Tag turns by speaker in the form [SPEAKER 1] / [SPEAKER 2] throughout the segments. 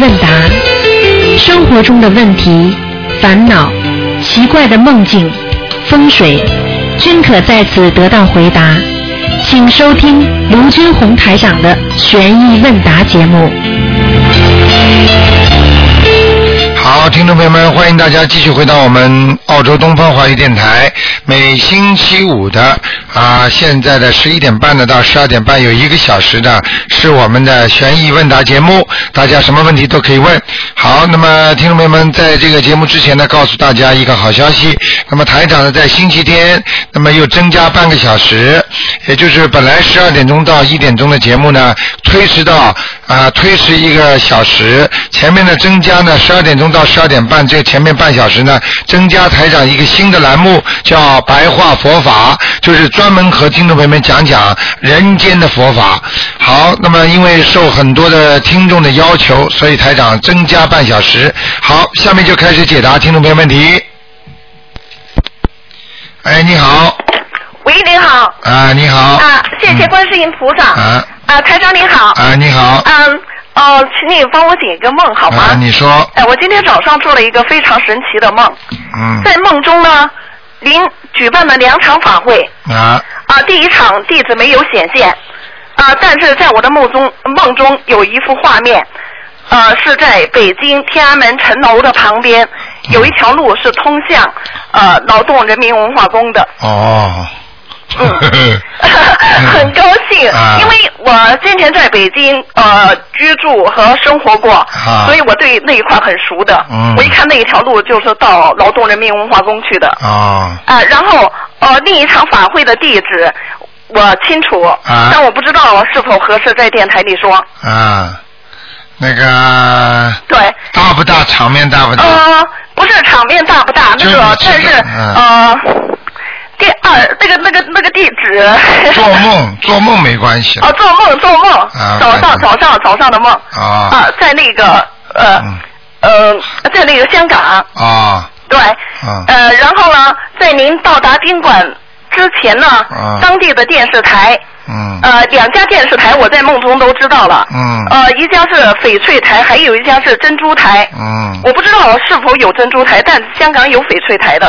[SPEAKER 1] 问答，生活中的问题、烦恼、奇怪的梦境、风水，均可在此得到回答。请收听卢军红台长的《悬疑问答》节目。
[SPEAKER 2] 好，听众朋友们，欢迎大家继续回到我们澳洲东方华语电台，每星期五的啊，现在的十一点半呢到十二点半有一个小时的是我们的悬疑问答节目，大家什么问题都可以问。好，那么听众朋友们，在这个节目之前呢，告诉大家一个好消息，那么台长呢在星期天，那么又增加半个小时，也就是本来十二点钟到一点钟的节目呢，推迟到啊、推迟一个小时，前面呢增加呢十二点钟到十二点半这前面半小时呢，增加台长一个新的栏目叫白话佛法，就是专门和听众朋友们讲讲人间的佛法。好，那么因为受很多的听众的要求，所以台长增加半小时。好，下面就开始解答听众朋友问题。哎，你好，
[SPEAKER 3] 喂，您好。
[SPEAKER 2] 啊，你好，嗯
[SPEAKER 3] 啊，谢谢观世音菩萨。
[SPEAKER 2] 啊
[SPEAKER 3] 啊，台长您好。
[SPEAKER 2] 啊，你好，
[SPEAKER 3] 嗯，哦，请你帮我解一个梦好
[SPEAKER 2] 啊，
[SPEAKER 3] 吗？
[SPEAKER 2] 你说，
[SPEAKER 3] 哎，我今天早上做了一个非常神奇的梦，
[SPEAKER 2] 嗯，
[SPEAKER 3] 在梦中呢，您举办了两场法会，
[SPEAKER 2] 啊，
[SPEAKER 3] 啊，第一场弟子没有显现，啊，但是在我的梦中梦中有一幅画面，呃，是在北京天安门城楼的旁边，有一条路是通向呃劳动人民文化宫的，
[SPEAKER 2] 哦，
[SPEAKER 3] 嗯 很高兴，
[SPEAKER 2] 啊
[SPEAKER 3] 因为我之前在北京呃居住和生活过，
[SPEAKER 2] 啊
[SPEAKER 3] 所以我对那一块很熟的。
[SPEAKER 2] 嗯
[SPEAKER 3] 我一看那一条路就是到劳动人民文化宫去的。
[SPEAKER 2] 哦，
[SPEAKER 3] 啊、然后呃另一场法会的地址我清楚，
[SPEAKER 2] 啊
[SPEAKER 3] 但我不知道是否合适在电台里说。
[SPEAKER 2] 啊，那个
[SPEAKER 3] 对，
[SPEAKER 2] 大不大，场面大不大？
[SPEAKER 3] 呃，不是场面大不大，那
[SPEAKER 2] 就是
[SPEAKER 3] 个但是
[SPEAKER 2] 嗯
[SPEAKER 3] 呃第二那个那个那个地址。
[SPEAKER 2] 做梦，做梦没关系了
[SPEAKER 3] 哦，做梦做梦，
[SPEAKER 2] 啊
[SPEAKER 3] 早
[SPEAKER 2] 晚
[SPEAKER 3] 上
[SPEAKER 2] 上
[SPEAKER 3] 早上早上的梦
[SPEAKER 2] 啊
[SPEAKER 3] 在那个呃、
[SPEAKER 2] 嗯
[SPEAKER 3] 呃，在那个香港
[SPEAKER 2] 啊
[SPEAKER 3] 对、
[SPEAKER 2] 啊
[SPEAKER 3] 呃，然后呢，在您到达宾馆之前呢，
[SPEAKER 2] 啊
[SPEAKER 3] 当地的电视台
[SPEAKER 2] 嗯
[SPEAKER 3] 呃两家电视台我在梦中都知道了，
[SPEAKER 2] 嗯
[SPEAKER 3] 呃一家是翡翠台，还有一家是珍珠台，
[SPEAKER 2] 嗯，
[SPEAKER 3] 我不知道是否有珍珠台，但香港有翡翠台的。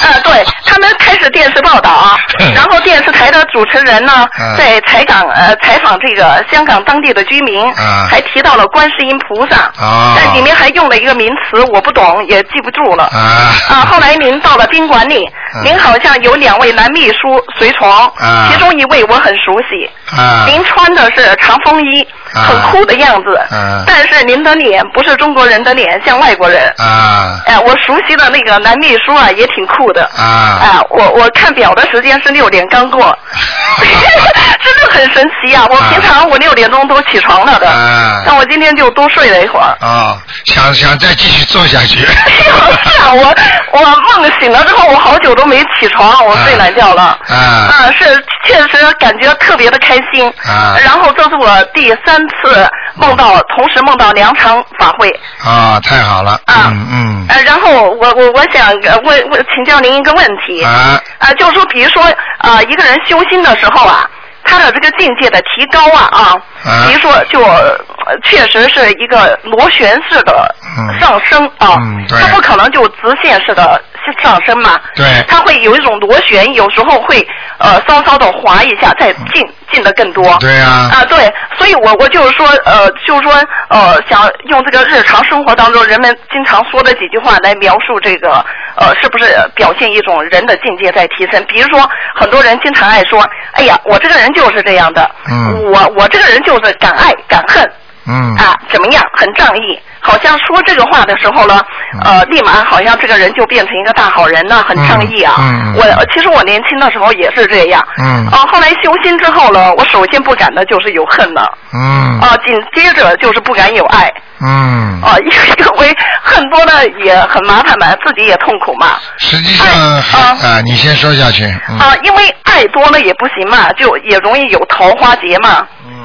[SPEAKER 3] 啊，对他们开始电视报道啊然后电视台的主持人呢
[SPEAKER 2] 嗯，
[SPEAKER 3] 在采访呃采访这个香港当地的居民，
[SPEAKER 2] 嗯
[SPEAKER 3] 还提到了观世音菩萨，
[SPEAKER 2] 啊
[SPEAKER 3] 但里面还用了一个名词，我不懂也记不住了。
[SPEAKER 2] 啊
[SPEAKER 3] 啊，后来您到了宾馆里，
[SPEAKER 2] 嗯
[SPEAKER 3] 您好像有两位男秘书随从，
[SPEAKER 2] 嗯
[SPEAKER 3] 其中一位我很熟悉，
[SPEAKER 2] 啊
[SPEAKER 3] 您穿的是长风衣，
[SPEAKER 2] 啊
[SPEAKER 3] 很酷的样子，
[SPEAKER 2] 啊
[SPEAKER 3] 但是您的脸不是中国人的脸，像外国人。
[SPEAKER 2] 啊
[SPEAKER 3] 哎，我熟悉的那个男秘书啊，也挺酷的。
[SPEAKER 2] 啊
[SPEAKER 3] 啊，我我看表的时间是六点刚过， 真的很神奇啊！我
[SPEAKER 2] 啊
[SPEAKER 3] 平常我六点钟都起床了的，
[SPEAKER 2] 啊
[SPEAKER 3] 但我今天就多睡了一会儿。
[SPEAKER 2] 啊！想想再继续做下去。
[SPEAKER 3] 哎呦，是啊，我我梦醒了之后，我好久都没起床，我睡懒觉了。
[SPEAKER 2] 啊 啊
[SPEAKER 3] 啊，是确实感觉特别的开心。
[SPEAKER 2] 啊
[SPEAKER 3] 然后这是我第三次梦到，同时梦到两场法会。
[SPEAKER 2] 啊，太好了。
[SPEAKER 3] 啊
[SPEAKER 2] 嗯
[SPEAKER 3] 呃，然后我我我想呃问问请教您一个问题
[SPEAKER 2] 嗯。啊
[SPEAKER 3] 啊，就是说，比如说，啊，一个人修心的时候啊，他的这个境界的提高啊啊，
[SPEAKER 2] 啊
[SPEAKER 3] 比如说就，呃确实是一个螺旋式的
[SPEAKER 2] 嗯
[SPEAKER 3] 上升啊，
[SPEAKER 2] 嗯对
[SPEAKER 3] 他不可能就直线式的上升嘛，
[SPEAKER 2] 对
[SPEAKER 3] 他会有一种螺旋，有时候会呃稍稍的滑一下，再进进的更多，
[SPEAKER 2] 对呀
[SPEAKER 3] 啊，对，所以我我就是说，呃，就是说，呃，想用这个日常生活当中人们经常说的几句话来描述这个，呃，是不是表现一种人的境界在提升？比如说，很多人经常爱说，哎呀，我这个人就是这样的，
[SPEAKER 2] 嗯
[SPEAKER 3] 我我这个人就是敢爱敢恨
[SPEAKER 2] 嗯
[SPEAKER 3] 啊，怎么样，很仗义。好像说这个话的时候呢，呃，立马好像这个人就变成一个大好人呢，很仗义啊。
[SPEAKER 2] 嗯嗯嗯嗯
[SPEAKER 3] 我呃其实我年轻的时候也是这样。
[SPEAKER 2] 嗯
[SPEAKER 3] 哦、后来修心之后呢，我首先不敢的就是有恨了。
[SPEAKER 2] 嗯
[SPEAKER 3] 啊，紧接着就是不敢有爱
[SPEAKER 2] 嗯，
[SPEAKER 3] 啊，因为 恨多了也很麻烦嘛，自己也痛苦嘛。
[SPEAKER 2] 实际上还
[SPEAKER 3] 啊
[SPEAKER 2] 啊，你先说下去。嗯
[SPEAKER 3] 啊，因为爱多了也不行嘛，就也容易有桃花劫嘛。
[SPEAKER 2] 嗯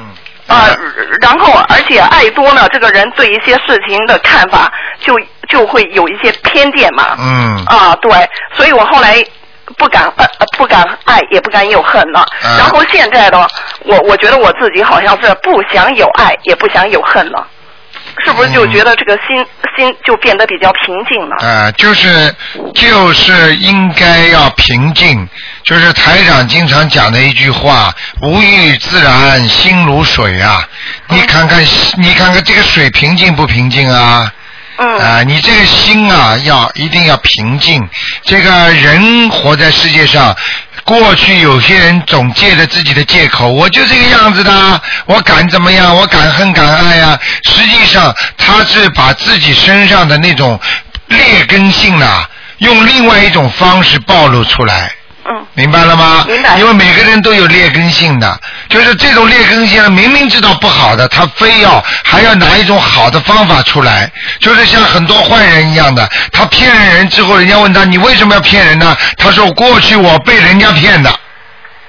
[SPEAKER 3] 啊，然后而且爱多了，这个人对一些事情的看法就就会有一些偏见嘛。
[SPEAKER 2] 嗯
[SPEAKER 3] 啊，对，所以我后来不敢呃呃不敢爱，也不敢有恨了。
[SPEAKER 2] 嗯
[SPEAKER 3] 然后现在呢，我我觉得我自己好像是不想有爱，也不想有恨了。是不是
[SPEAKER 2] 嗯
[SPEAKER 3] 就觉得这个心、心就变得比较平静了？
[SPEAKER 2] 啊，就是就是应该要平静，就是台长经常讲的一句话：无欲自然，心如水啊。你
[SPEAKER 3] 嗯
[SPEAKER 2] 看看，你看看这个水平静不平静啊？
[SPEAKER 3] 嗯
[SPEAKER 2] 啊，你这个心啊，要一定要平静。这个人活在世界上，过去有些人总借着自己的借口，我就这个样子的啊，我敢怎么样，我敢恨敢爱啊。实际上，他是把自己身上的那种劣根性呐、用另外一种方式暴露出来。
[SPEAKER 3] 嗯
[SPEAKER 2] 明白了吗？
[SPEAKER 3] 明白
[SPEAKER 2] 因为每个人都有劣根性的，就是这种劣根性，明明知道不好的，他非要还要拿一种好的方法出来，就是像很多坏人一样的，他骗人之后，人家问他你为什么要骗人呢？他说过去我被人家骗的，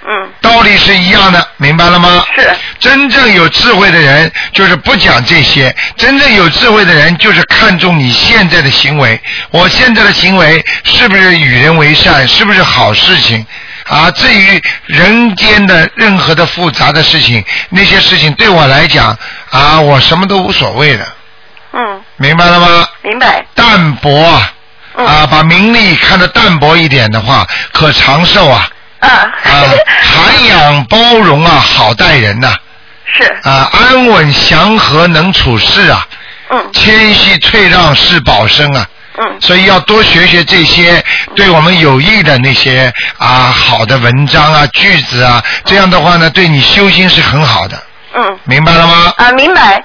[SPEAKER 3] 嗯，
[SPEAKER 2] 道理是一样的，明白了吗？
[SPEAKER 3] 是。
[SPEAKER 2] 真正有智慧的人就是不讲这些，真正有智慧的人就是看重你现在的行为，我现在的行为是不是与人为善，是不是好事情。啊，至于人间的任何的复杂的事情，那些事情对我来讲啊，我什么都无所谓的，
[SPEAKER 3] 嗯，
[SPEAKER 2] 明白了吗？
[SPEAKER 3] 明白。
[SPEAKER 2] 淡泊啊，
[SPEAKER 3] 嗯
[SPEAKER 2] 啊，把名利看得淡薄一点的话，可长寿啊。
[SPEAKER 3] 啊，
[SPEAKER 2] 啊，涵养包容啊，好待人呐、
[SPEAKER 3] 是，
[SPEAKER 2] 啊，安稳祥和能处事啊，
[SPEAKER 3] 嗯
[SPEAKER 2] 谦虚退让是宝生啊，
[SPEAKER 3] 嗯
[SPEAKER 2] 所以要多学学这些对我们有益的那些啊好的文章啊句子啊，这样的话呢，对你修心是很好的，
[SPEAKER 3] 嗯，
[SPEAKER 2] 明白了吗？
[SPEAKER 3] 啊，明白。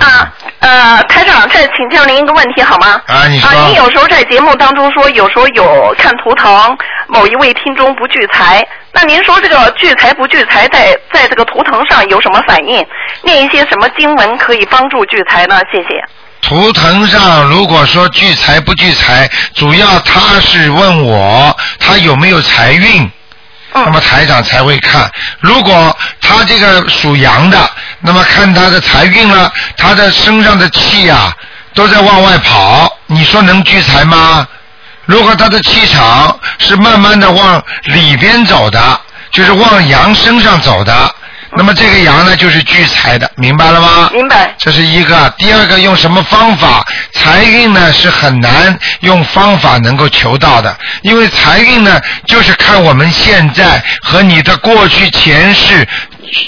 [SPEAKER 3] 啊，呃，台长，再请教您一个问题好吗？
[SPEAKER 2] 啊你说
[SPEAKER 3] 啊，您有时候在节目当中说，有时候有看图腾，某一位听众不聚财，那您说这个聚财不聚财在，在这个图腾上有什么反应？念一些什么经文可以帮助聚财呢？谢谢。
[SPEAKER 2] 图腾上如果说聚财不聚财，主要他是问我他有没有财运。那么
[SPEAKER 3] 嗯
[SPEAKER 2] 台长才会看。如果他这个属羊的，那么看他的财运了，他的身上的气啊都在往外跑，你说能聚财吗？如果他的气场是慢慢的往里边走的，就是往羊身上走的，那么这个羊呢就是聚财的，明白了吗？
[SPEAKER 3] 明白。
[SPEAKER 2] 这是一个，第二个用什么方法？财运呢是很难用方法能够求到的，因为财运呢就是看我们现在和你的过去前世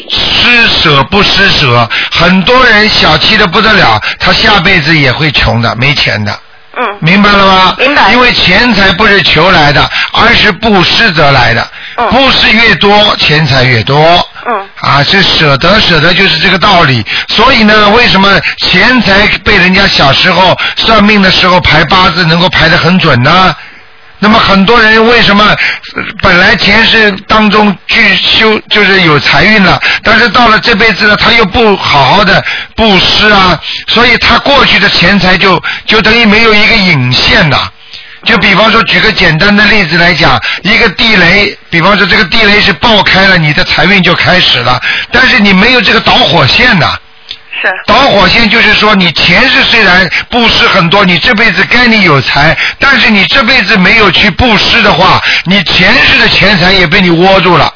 [SPEAKER 2] 施舍不施舍。很多人小气的不得了，他下辈子也会穷的，没钱的。
[SPEAKER 3] 嗯
[SPEAKER 2] 明白了吗？
[SPEAKER 3] 明白
[SPEAKER 2] 因为钱财不是求来的，而是布施得来的。
[SPEAKER 3] 嗯
[SPEAKER 2] 布施越多，钱财越多。
[SPEAKER 3] 嗯
[SPEAKER 2] 啊，是舍得舍得就是这个道理。所以呢，为什么钱财被人家小时候算命的时候排八字能够排得很准呢？那么很多人为什么呃本来前世当中去修就是有财运了，但是到了这辈子呢，他又不好好的布施啊，所以他过去的钱财就就等于没有一个引线呐、就比方说，举个简单的例子来讲，一个地雷，比方说这个地雷是爆开了，你的财运就开始了，但是你没有这个导火线呐、
[SPEAKER 3] 是，
[SPEAKER 2] 导火线就是说，你前世虽然布施很多，你这辈子该你有财，但是你这辈子没有去布施的话，你前世的钱财也被你窝住了。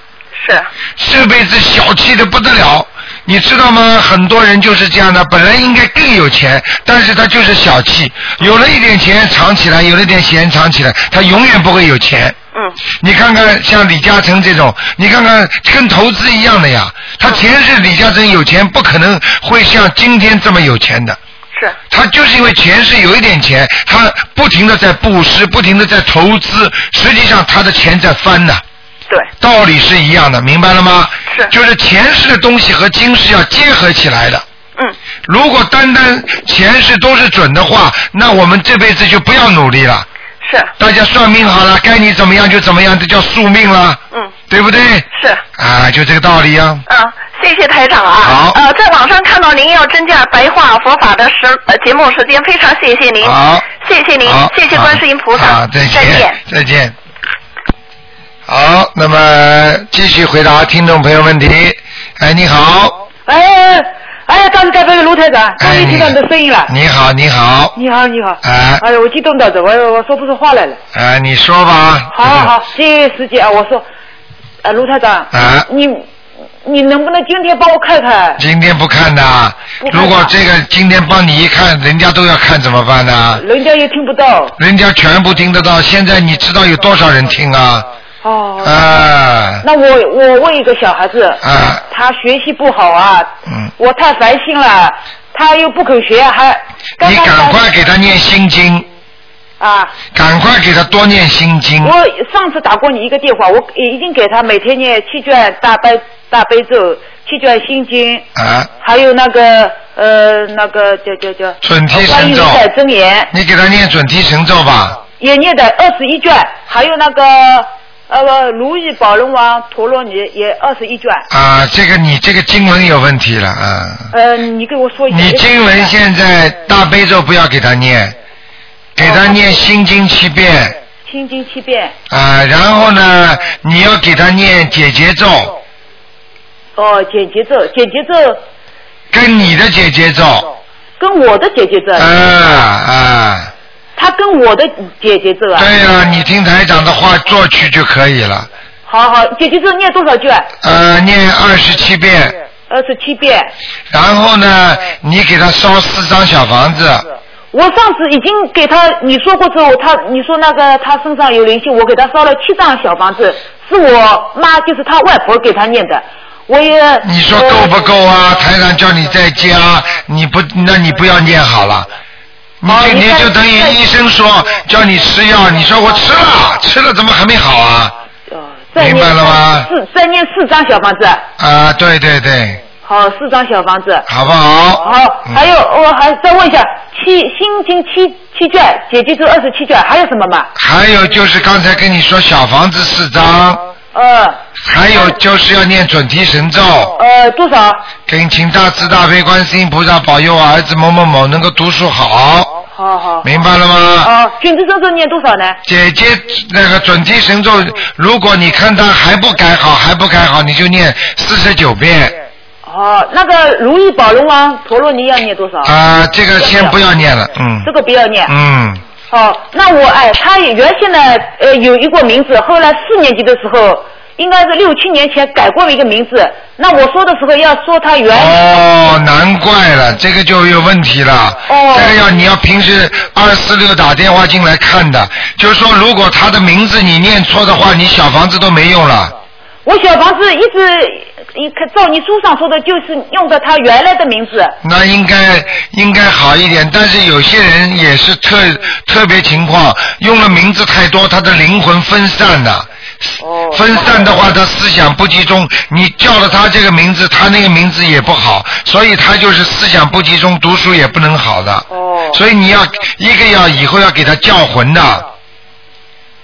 [SPEAKER 3] 是，
[SPEAKER 2] 这辈子小气的不得了，你知道吗？很多人就是这样的，本来应该更有钱，但是他就是小气，有了一点钱藏起来，有了一点钱藏起来，他永远不会有钱。
[SPEAKER 3] 嗯
[SPEAKER 2] 你看看像李嘉诚这种，你看看跟投资一样的呀，他前世李嘉诚有钱，不可能会像今天这么有钱的。
[SPEAKER 3] 是，
[SPEAKER 2] 他就是因为前世有一点钱，他不停的在布施，不停的在投资，实际上他的钱在翻呢、
[SPEAKER 3] 对，
[SPEAKER 2] 道理是一样的，明白了吗？
[SPEAKER 3] 是
[SPEAKER 2] 就是前世的东西和今世要结合起来的。
[SPEAKER 3] 嗯
[SPEAKER 2] 如果单单前世都是准的话，那我们这辈子就不要努力了。
[SPEAKER 3] 是，
[SPEAKER 2] 大家算命好了，该你怎么样就怎么样，这叫宿命了，
[SPEAKER 3] 嗯
[SPEAKER 2] 对不对？
[SPEAKER 3] 是。
[SPEAKER 2] 啊，就这个道理啊。
[SPEAKER 3] 啊，谢谢台长啊。
[SPEAKER 2] 好
[SPEAKER 3] 呃，在网上看到您要增加白话佛法的时呃节目时间，非常谢谢您。
[SPEAKER 2] 好，
[SPEAKER 3] 谢谢您
[SPEAKER 2] 好，，
[SPEAKER 3] 谢谢观世音菩
[SPEAKER 2] 好
[SPEAKER 3] 萨
[SPEAKER 2] 好。再
[SPEAKER 3] 再见
[SPEAKER 2] 见，再见。好，那么继续回答听众朋友问题。哎，你好，
[SPEAKER 4] 哎哎呀，张该不会卢台长，终
[SPEAKER 2] 哎，
[SPEAKER 4] 于听到你的声音了。
[SPEAKER 2] 你好，你好，
[SPEAKER 4] 你好，你好。
[SPEAKER 2] 哎
[SPEAKER 4] 哎呀，我激动到这，我我说不出话来了。
[SPEAKER 2] 啊，你说吧。
[SPEAKER 4] 好
[SPEAKER 5] 呃
[SPEAKER 4] 好好，谢谢师姐啊，我说，啊，卢台长，
[SPEAKER 2] 啊
[SPEAKER 4] 你
[SPEAKER 5] 你能不能今天帮我看看？
[SPEAKER 2] 今天不看的，
[SPEAKER 5] 不看的
[SPEAKER 2] 如果这个今天帮你一看，人家都要看怎么办呢？
[SPEAKER 5] 人家也听不到。
[SPEAKER 2] 人家全部听得到，现在你知道有多少人听啊？
[SPEAKER 5] 哦。
[SPEAKER 2] 啊
[SPEAKER 5] 那我我问一个小孩子，
[SPEAKER 2] 啊，
[SPEAKER 5] 他学习不好啊，
[SPEAKER 2] 嗯，
[SPEAKER 5] 我太烦心了，他又不肯学，还刚
[SPEAKER 2] 你
[SPEAKER 5] 刚
[SPEAKER 2] 赶快给他念心经，
[SPEAKER 5] 啊！
[SPEAKER 2] 赶快给他多念心经。
[SPEAKER 5] 我上次打过你一个电话，我已经给他每天念七卷大悲大悲咒、七卷心经，
[SPEAKER 2] 啊，
[SPEAKER 5] 还有那个呃那个叫叫呃叫
[SPEAKER 2] 准提
[SPEAKER 5] 观
[SPEAKER 2] 神
[SPEAKER 5] 音
[SPEAKER 2] 咒
[SPEAKER 5] 灵，感真言
[SPEAKER 2] 你给他念准提神咒吧。
[SPEAKER 5] 也念的二十一卷，还有那个呃如意宝龙王陀罗尼也二十一卷。
[SPEAKER 2] 啊，这个你这个经文有问题了啊。
[SPEAKER 5] 呃，你给我说一下。哎
[SPEAKER 2] 你经文现在大悲咒不要给他念，给他念心经七遍
[SPEAKER 5] 心经七遍，
[SPEAKER 2] 啊，然后呢，你要给他念解结咒，
[SPEAKER 5] 哦，姐姐咒，姐姐咒
[SPEAKER 2] 跟你的解结咒，
[SPEAKER 5] 跟我的姐姐咒，
[SPEAKER 2] 啊啊，
[SPEAKER 5] 他跟我的姐姐咒啊。
[SPEAKER 2] 对了，你听台长的话做去就可以了，
[SPEAKER 5] 好好，姐姐咒念多少卷？
[SPEAKER 2] 呃，念二十七遍，
[SPEAKER 5] 二十七遍。
[SPEAKER 2] 然后呢，你给他烧四张小房子，
[SPEAKER 5] 我上次已经给他你说过之后，他你说那个他身上有灵性，我给他烧了七张小房子，是我妈就是他外婆给他念的，我也
[SPEAKER 2] 你说够不够啊？台长叫你在家，你不，那你不要念好了。你
[SPEAKER 5] 哦
[SPEAKER 2] 这
[SPEAKER 5] 你
[SPEAKER 2] 你
[SPEAKER 5] 看
[SPEAKER 2] 就等于
[SPEAKER 5] 在
[SPEAKER 2] 医生说叫你吃药，你说我吃了，吃了怎么还没好啊？
[SPEAKER 5] 呃再念
[SPEAKER 2] 明白了吗
[SPEAKER 5] 四再念四张小房子，
[SPEAKER 2] 啊，对对对，
[SPEAKER 5] 好，四张小房子。
[SPEAKER 2] 好不好？
[SPEAKER 5] 好，
[SPEAKER 2] 嗯
[SPEAKER 5] 还有我还再问一下，七心经七七卷，姐姐咒二十七卷，还有什么吗？
[SPEAKER 2] 还有就是刚才跟你说小房子四张，
[SPEAKER 5] 呃
[SPEAKER 2] 还有就是要念准提神咒，
[SPEAKER 5] 呃，多少？
[SPEAKER 2] 跟请大慈大悲观世音菩萨保佑我儿子某某某能够读书好，
[SPEAKER 5] 好好。
[SPEAKER 2] 明白了吗？
[SPEAKER 5] 哦，卷子咒咒念多少呢？
[SPEAKER 2] 姐姐那个准提神咒，如果你看他还不改好，还不改好，你就念四十九遍
[SPEAKER 5] 哦，那个如意宝龙王陀罗尼要念多少？
[SPEAKER 2] 啊、这个先不要念了，嗯
[SPEAKER 5] 啊这个不要念。
[SPEAKER 2] 嗯，
[SPEAKER 5] 哦，那我哎，他原先呢，呃，有一个名字，后来四年级的时候，应该是六七年前改过一个名字。那我说的时候要说他原，
[SPEAKER 2] 哦，难怪了，这个就有问题了，
[SPEAKER 5] 啊哦
[SPEAKER 2] 这个要你要平时二四六打电话进来看的，就是说如果他的名字你念错的话，你小房子都没用了，
[SPEAKER 5] 我小房子一直一看照你书上说的，就是用的他原来的名字。
[SPEAKER 2] 那应该应该好一点，但是有些人也是特特别情况，用了名字太多，他的灵魂分散了。
[SPEAKER 5] 哦
[SPEAKER 2] 分散的话，他思想不集中。你叫了他这个名字，他那个名字也不好，所以他就是思想不集中，读书也不能好的。
[SPEAKER 5] 哦
[SPEAKER 2] 所以你要一个要以后要给他叫魂的，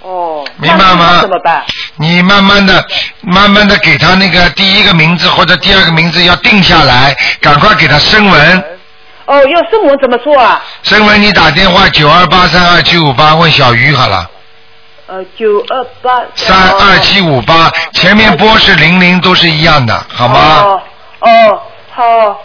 [SPEAKER 5] 哦，
[SPEAKER 2] 明白
[SPEAKER 5] 那
[SPEAKER 2] 吗
[SPEAKER 5] 怎么办？
[SPEAKER 2] 你慢慢的、慢慢的给他那个第一个名字或者第二个名字要定下来，赶快给他声纹。
[SPEAKER 5] 哦，要生文怎么说啊？
[SPEAKER 2] 声纹你打电话九二八三二七五八问小鱼好了，
[SPEAKER 5] 呃，九二八
[SPEAKER 2] 三二七五八前面波是零零都是一样的，好吗？
[SPEAKER 5] 哦哦，好。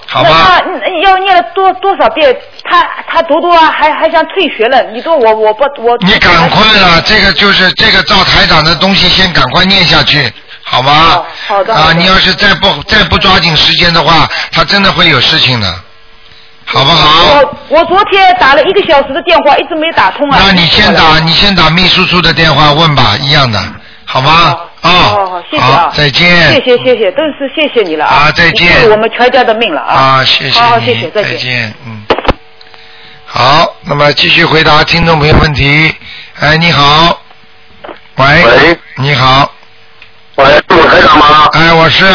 [SPEAKER 2] 好
[SPEAKER 5] 那
[SPEAKER 2] 吧
[SPEAKER 5] 他嗯要念了多多少遍？他他读读啊，还还想退学了。你说我我不我。
[SPEAKER 2] 你赶快了，这个就是这个赵台长的东西，先赶快念下去，好吗
[SPEAKER 5] 哦？好的
[SPEAKER 2] 啊，
[SPEAKER 5] 好的
[SPEAKER 2] 你要是再不再不抓紧时间的话，他真的会有事情的，好不好？
[SPEAKER 5] 我我昨天打了一个小时的电话，一直没打通啊。
[SPEAKER 2] 那你先打，你先打秘书处的电话问吧，一样的，好吗？啊，
[SPEAKER 5] 好好，哦谢谢啊
[SPEAKER 2] 好，再见。
[SPEAKER 5] 谢谢谢谢，真是谢谢你了
[SPEAKER 2] 啊再见
[SPEAKER 5] 你救了我们全家的命了啊。
[SPEAKER 2] 啊，谢谢
[SPEAKER 5] 好好
[SPEAKER 2] 你
[SPEAKER 5] 谢谢再见
[SPEAKER 2] 见，嗯。好，那么继续回答听众朋友问题。哎，你好，喂，
[SPEAKER 6] 喂
[SPEAKER 2] 你好，
[SPEAKER 6] 喂，是我台长吗？
[SPEAKER 2] 哎，我是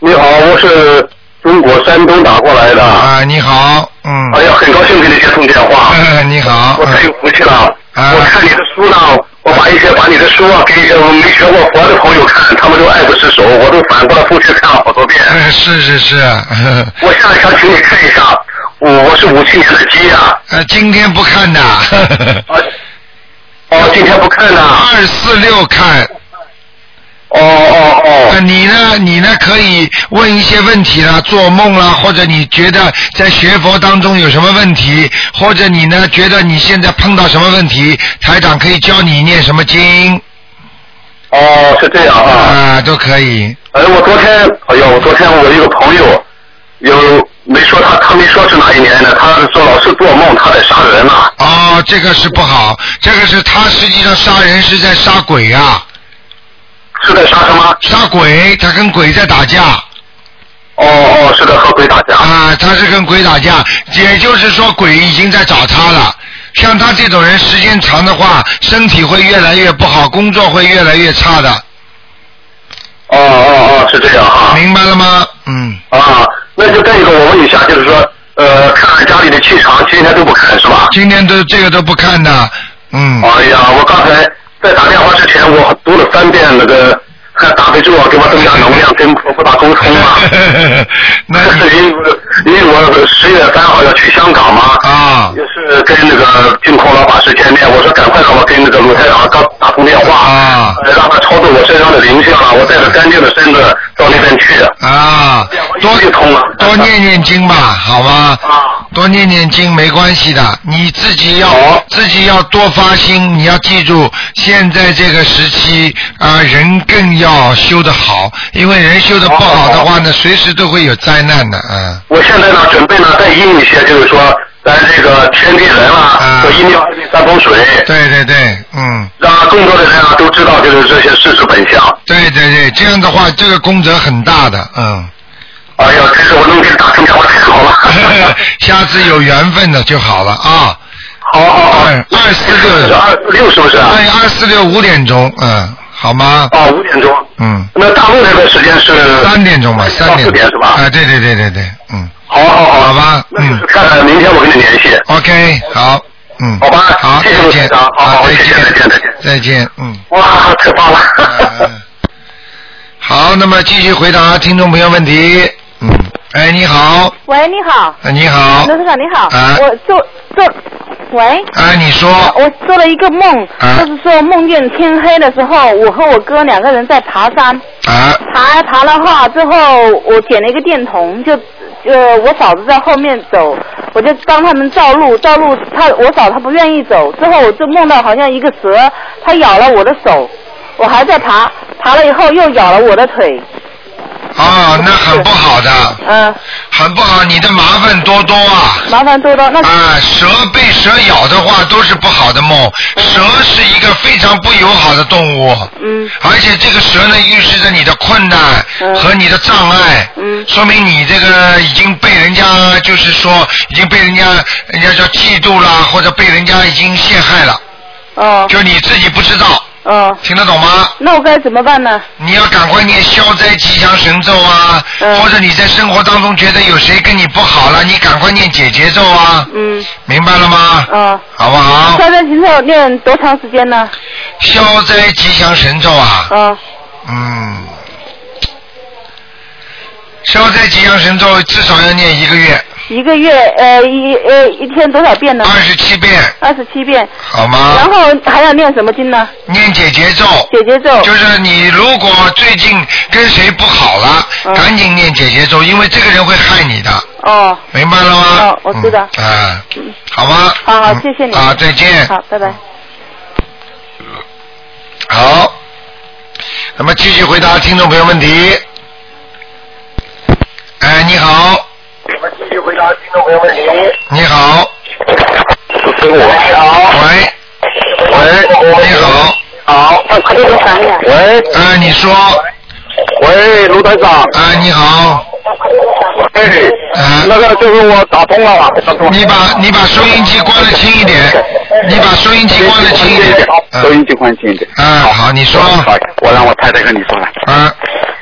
[SPEAKER 6] 你好，我是中国山东打过来的。
[SPEAKER 2] 啊，你好，嗯，
[SPEAKER 6] 哎呀，很高兴给你接通电话，
[SPEAKER 2] 哎 你好，
[SPEAKER 6] 我太有
[SPEAKER 2] 嗯
[SPEAKER 6] 福气了。
[SPEAKER 2] 啊
[SPEAKER 6] 我看你的书呢，我把一些把你的书啊给一些我没学过佛的朋友看，他们都爱不释手，我都反过来复去看了好多遍。
[SPEAKER 2] 哎 是是是，呵呵
[SPEAKER 6] 我现在想请你看一下，我我是五七年的鸡 啊，
[SPEAKER 2] 呃，今天不看的，
[SPEAKER 6] 啊，哦，今天不看了。
[SPEAKER 2] 二四六看，
[SPEAKER 6] 哦哦
[SPEAKER 2] 呃，
[SPEAKER 6] 哦，
[SPEAKER 2] 你呢？你呢？可以问一些问题啦，做梦啦，或者你觉得在学佛当中有什么问题，或者你呢觉得你现在碰到什么问题，台长可以教你念什么经。
[SPEAKER 6] 哦，是是这样啊。
[SPEAKER 2] 啊，都可以。
[SPEAKER 6] 哎，我昨天，哎呦，我昨天我有个朋友，有没说他，他没说是哪一年的，他说老是做梦，他在杀人呐、
[SPEAKER 2] 哦，这个是不好，这个是他实际上杀人是在杀鬼啊，
[SPEAKER 6] 是在杀什么？
[SPEAKER 2] 杀鬼，他跟鬼在打架
[SPEAKER 6] 哦哦，是在和鬼打架。哦
[SPEAKER 2] 啊，他是跟鬼打架，也就是说鬼已经在找他了。像他这种人，时间长的话，身体会越来越不好，工作会越来越差的，
[SPEAKER 6] 哦哦哦，是这样啊。
[SPEAKER 2] 明白了吗？嗯，
[SPEAKER 6] 啊，那就再一个，我问一下，就是说，呃，看看家里的气场，今天都不看是吧？
[SPEAKER 2] 今天都这个都不看的，嗯，
[SPEAKER 6] 哎呀，我刚才在打电话之前，我读了三遍那个看大悲咒啊，给我增加能量，跟佛菩萨沟通嘛。
[SPEAKER 2] 那
[SPEAKER 6] 这
[SPEAKER 2] 你
[SPEAKER 6] 是因为因为我十月三号要去香港嘛，
[SPEAKER 2] 啊
[SPEAKER 6] 也是跟那个净空老法师见面，我说赶快让我跟那个卢台长刚打通电话，
[SPEAKER 2] 啊
[SPEAKER 6] 呃让他超度我身上的灵性啊，我带着干净的身子到那边去。
[SPEAKER 2] 啊，多
[SPEAKER 6] 就通了
[SPEAKER 2] 多念念经吧，好吗？
[SPEAKER 6] 啊，
[SPEAKER 2] 多念念经没关系的，你自己要
[SPEAKER 6] 好
[SPEAKER 2] 自己要多发心，你要记住，现在这个时期啊、人更要修得好，因为人修得不好的话呢，随时都会有灾难的，嗯，
[SPEAKER 6] 我现在呢准备呢再印一些，就是说咱这个天地人
[SPEAKER 2] 啊
[SPEAKER 6] 啊，和一命二运三风水，
[SPEAKER 2] 对对对，嗯，
[SPEAKER 6] 让更多的人啊都知道就是这些事实本相。
[SPEAKER 2] 对对对，这样的话，这个功德很大的，嗯，
[SPEAKER 6] 哎呀，这是我能给你打通电话太好了。
[SPEAKER 2] 下次有缘分的就好了啊，
[SPEAKER 6] 好好好，
[SPEAKER 2] 二二四
[SPEAKER 6] 是
[SPEAKER 2] 六，
[SPEAKER 6] 二四六是不是？
[SPEAKER 2] 二二四六五点钟，嗯，好吗？
[SPEAKER 6] 啊，五点钟。
[SPEAKER 2] 嗯，
[SPEAKER 6] 那大陆那边时间是
[SPEAKER 2] 三点钟吧，三
[SPEAKER 6] 到
[SPEAKER 2] 点
[SPEAKER 6] 四点是吧？
[SPEAKER 2] 啊，对对对对对，嗯。
[SPEAKER 6] 好好好，
[SPEAKER 2] 好吧
[SPEAKER 6] 那就是
[SPEAKER 2] 嗯
[SPEAKER 6] 看看明天我跟你联系，
[SPEAKER 2] OK，好，嗯，
[SPEAKER 6] 好吧
[SPEAKER 2] 好，
[SPEAKER 6] 谢谢
[SPEAKER 2] 再
[SPEAKER 6] 陆
[SPEAKER 2] 见，
[SPEAKER 6] 台长好好
[SPEAKER 2] 再
[SPEAKER 6] 谢谢
[SPEAKER 2] 见，
[SPEAKER 6] 再见再见
[SPEAKER 2] 再见，嗯，
[SPEAKER 6] 哇，太棒了！
[SPEAKER 2] 呃 好，那么继续回答听众朋友问题，嗯，哎，你好，
[SPEAKER 7] 喂，你好，
[SPEAKER 2] 呃你好
[SPEAKER 7] 罗，科长你好，
[SPEAKER 2] 啊
[SPEAKER 7] 我做做，喂，啊
[SPEAKER 2] 哎，你说，
[SPEAKER 7] 我做了一个梦，
[SPEAKER 2] 啊
[SPEAKER 7] 就是说梦见天黑的时候，我和我哥两个人在爬山，
[SPEAKER 2] 啊，
[SPEAKER 7] 爬爬的话之后，我捡了一个电筒，就呃我嫂子在后面走，我就帮他们照路，照路她我嫂她不愿意走，之后我就梦到好像一个蛇，它咬了我的手，我还在爬，爬了以后又咬了我的腿，
[SPEAKER 2] 哦，那很不好的，
[SPEAKER 7] 嗯、
[SPEAKER 2] 很不好，你的麻烦多多啊。
[SPEAKER 7] 麻烦多多，那
[SPEAKER 2] 啊，蛇被蛇咬的话都是不好的梦。蛇是一个非常不友好的动物。
[SPEAKER 7] 嗯
[SPEAKER 2] 而且这个蛇呢，预示着你的困难
[SPEAKER 7] 嗯
[SPEAKER 2] 和你的障碍，
[SPEAKER 7] 嗯
[SPEAKER 2] 说明你这个已经被人家就是说已经被人家人家叫嫉妒啦，或者被人家已经陷害了，
[SPEAKER 7] 哦
[SPEAKER 2] 就你自己不知道，
[SPEAKER 7] 哦，
[SPEAKER 2] 听得懂吗？
[SPEAKER 7] 那我该怎么办呢？
[SPEAKER 2] 你要赶快念消灾吉祥神咒啊，
[SPEAKER 7] 嗯
[SPEAKER 2] 或者你在生活当中觉得有谁跟你不好了，你赶快念解结咒啊，
[SPEAKER 7] 嗯，
[SPEAKER 2] 明白了吗？
[SPEAKER 7] 哦。
[SPEAKER 2] 好不好？
[SPEAKER 7] 消灾吉咒练多长时间呢？
[SPEAKER 2] 消灾吉祥神咒啊，
[SPEAKER 7] 啊、
[SPEAKER 2] 嗯，消灾吉祥神咒至少要念一个月，
[SPEAKER 7] 一个月呃一呃一天多少遍呢？
[SPEAKER 2] 二十七遍，
[SPEAKER 7] 二十七遍。
[SPEAKER 2] 好
[SPEAKER 7] 然
[SPEAKER 2] 吗？
[SPEAKER 7] 后还要念什么经呢？
[SPEAKER 2] 念解结咒，
[SPEAKER 7] 姐姐咒。
[SPEAKER 2] 就是你如果最近跟谁不好了，
[SPEAKER 7] 嗯
[SPEAKER 2] 赶紧念解结咒，因为这个人会害你的，
[SPEAKER 7] 哦，
[SPEAKER 2] 明白了吗？
[SPEAKER 7] 哦我知道
[SPEAKER 2] 嗯啊，好吗？
[SPEAKER 7] 好好
[SPEAKER 2] 嗯
[SPEAKER 7] 谢谢你
[SPEAKER 2] 啊，再见。
[SPEAKER 7] 好，拜拜。
[SPEAKER 2] 好，那么继续回答听众朋友问题。哎，你好，
[SPEAKER 6] 我们继续回答听众朋友问题。
[SPEAKER 2] 你好，
[SPEAKER 6] 主持人我，你好，
[SPEAKER 2] 喂，
[SPEAKER 6] 喂
[SPEAKER 2] 你好，
[SPEAKER 6] 好，快点
[SPEAKER 7] 讲呀
[SPEAKER 6] 喂
[SPEAKER 2] 哎，你说，
[SPEAKER 6] 喂，卢台长，
[SPEAKER 2] 哎，你好，
[SPEAKER 6] 哎
[SPEAKER 2] 啊，
[SPEAKER 6] 那个就是我打通了吧？打通了
[SPEAKER 2] 你把你把收音机关的轻一点，你把收音机关的轻一点，
[SPEAKER 6] 收
[SPEAKER 2] 嗯，
[SPEAKER 6] 音机关心一点。
[SPEAKER 2] 啊，好，你说，
[SPEAKER 6] 好，我让我太太跟你说了。
[SPEAKER 2] 啊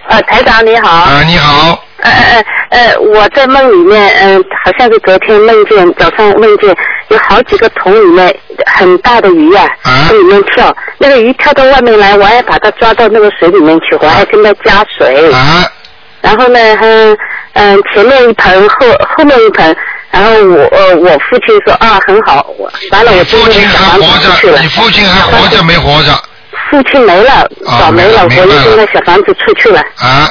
[SPEAKER 8] 呃，台长你好，
[SPEAKER 2] 啊，你好，
[SPEAKER 8] 呃呃呃，呃我在梦里面，嗯、好像是昨天梦见，早上梦见有好几个桶里面很大的鱼啊，
[SPEAKER 2] 啊
[SPEAKER 8] 在里面跳，那个鱼跳到外面来，我还把它抓到那个水里面去，我还跟它加水，
[SPEAKER 2] 啊
[SPEAKER 8] 然后呢，嗯嗯，前面一盆，后后面一盆，然后我呃我父亲说啊很好，我完了
[SPEAKER 2] 你
[SPEAKER 8] 我就
[SPEAKER 2] 父
[SPEAKER 8] 那
[SPEAKER 2] 亲
[SPEAKER 8] 个小
[SPEAKER 2] 还
[SPEAKER 8] 房
[SPEAKER 2] 活
[SPEAKER 8] 子去
[SPEAKER 2] 着，
[SPEAKER 8] 了
[SPEAKER 2] 你，父亲还活着没活着？
[SPEAKER 8] 父亲没了，
[SPEAKER 2] 啊
[SPEAKER 8] 早没了，
[SPEAKER 2] 明白
[SPEAKER 8] 我就
[SPEAKER 2] 了
[SPEAKER 8] 跟那小房子出去了，
[SPEAKER 2] 啊，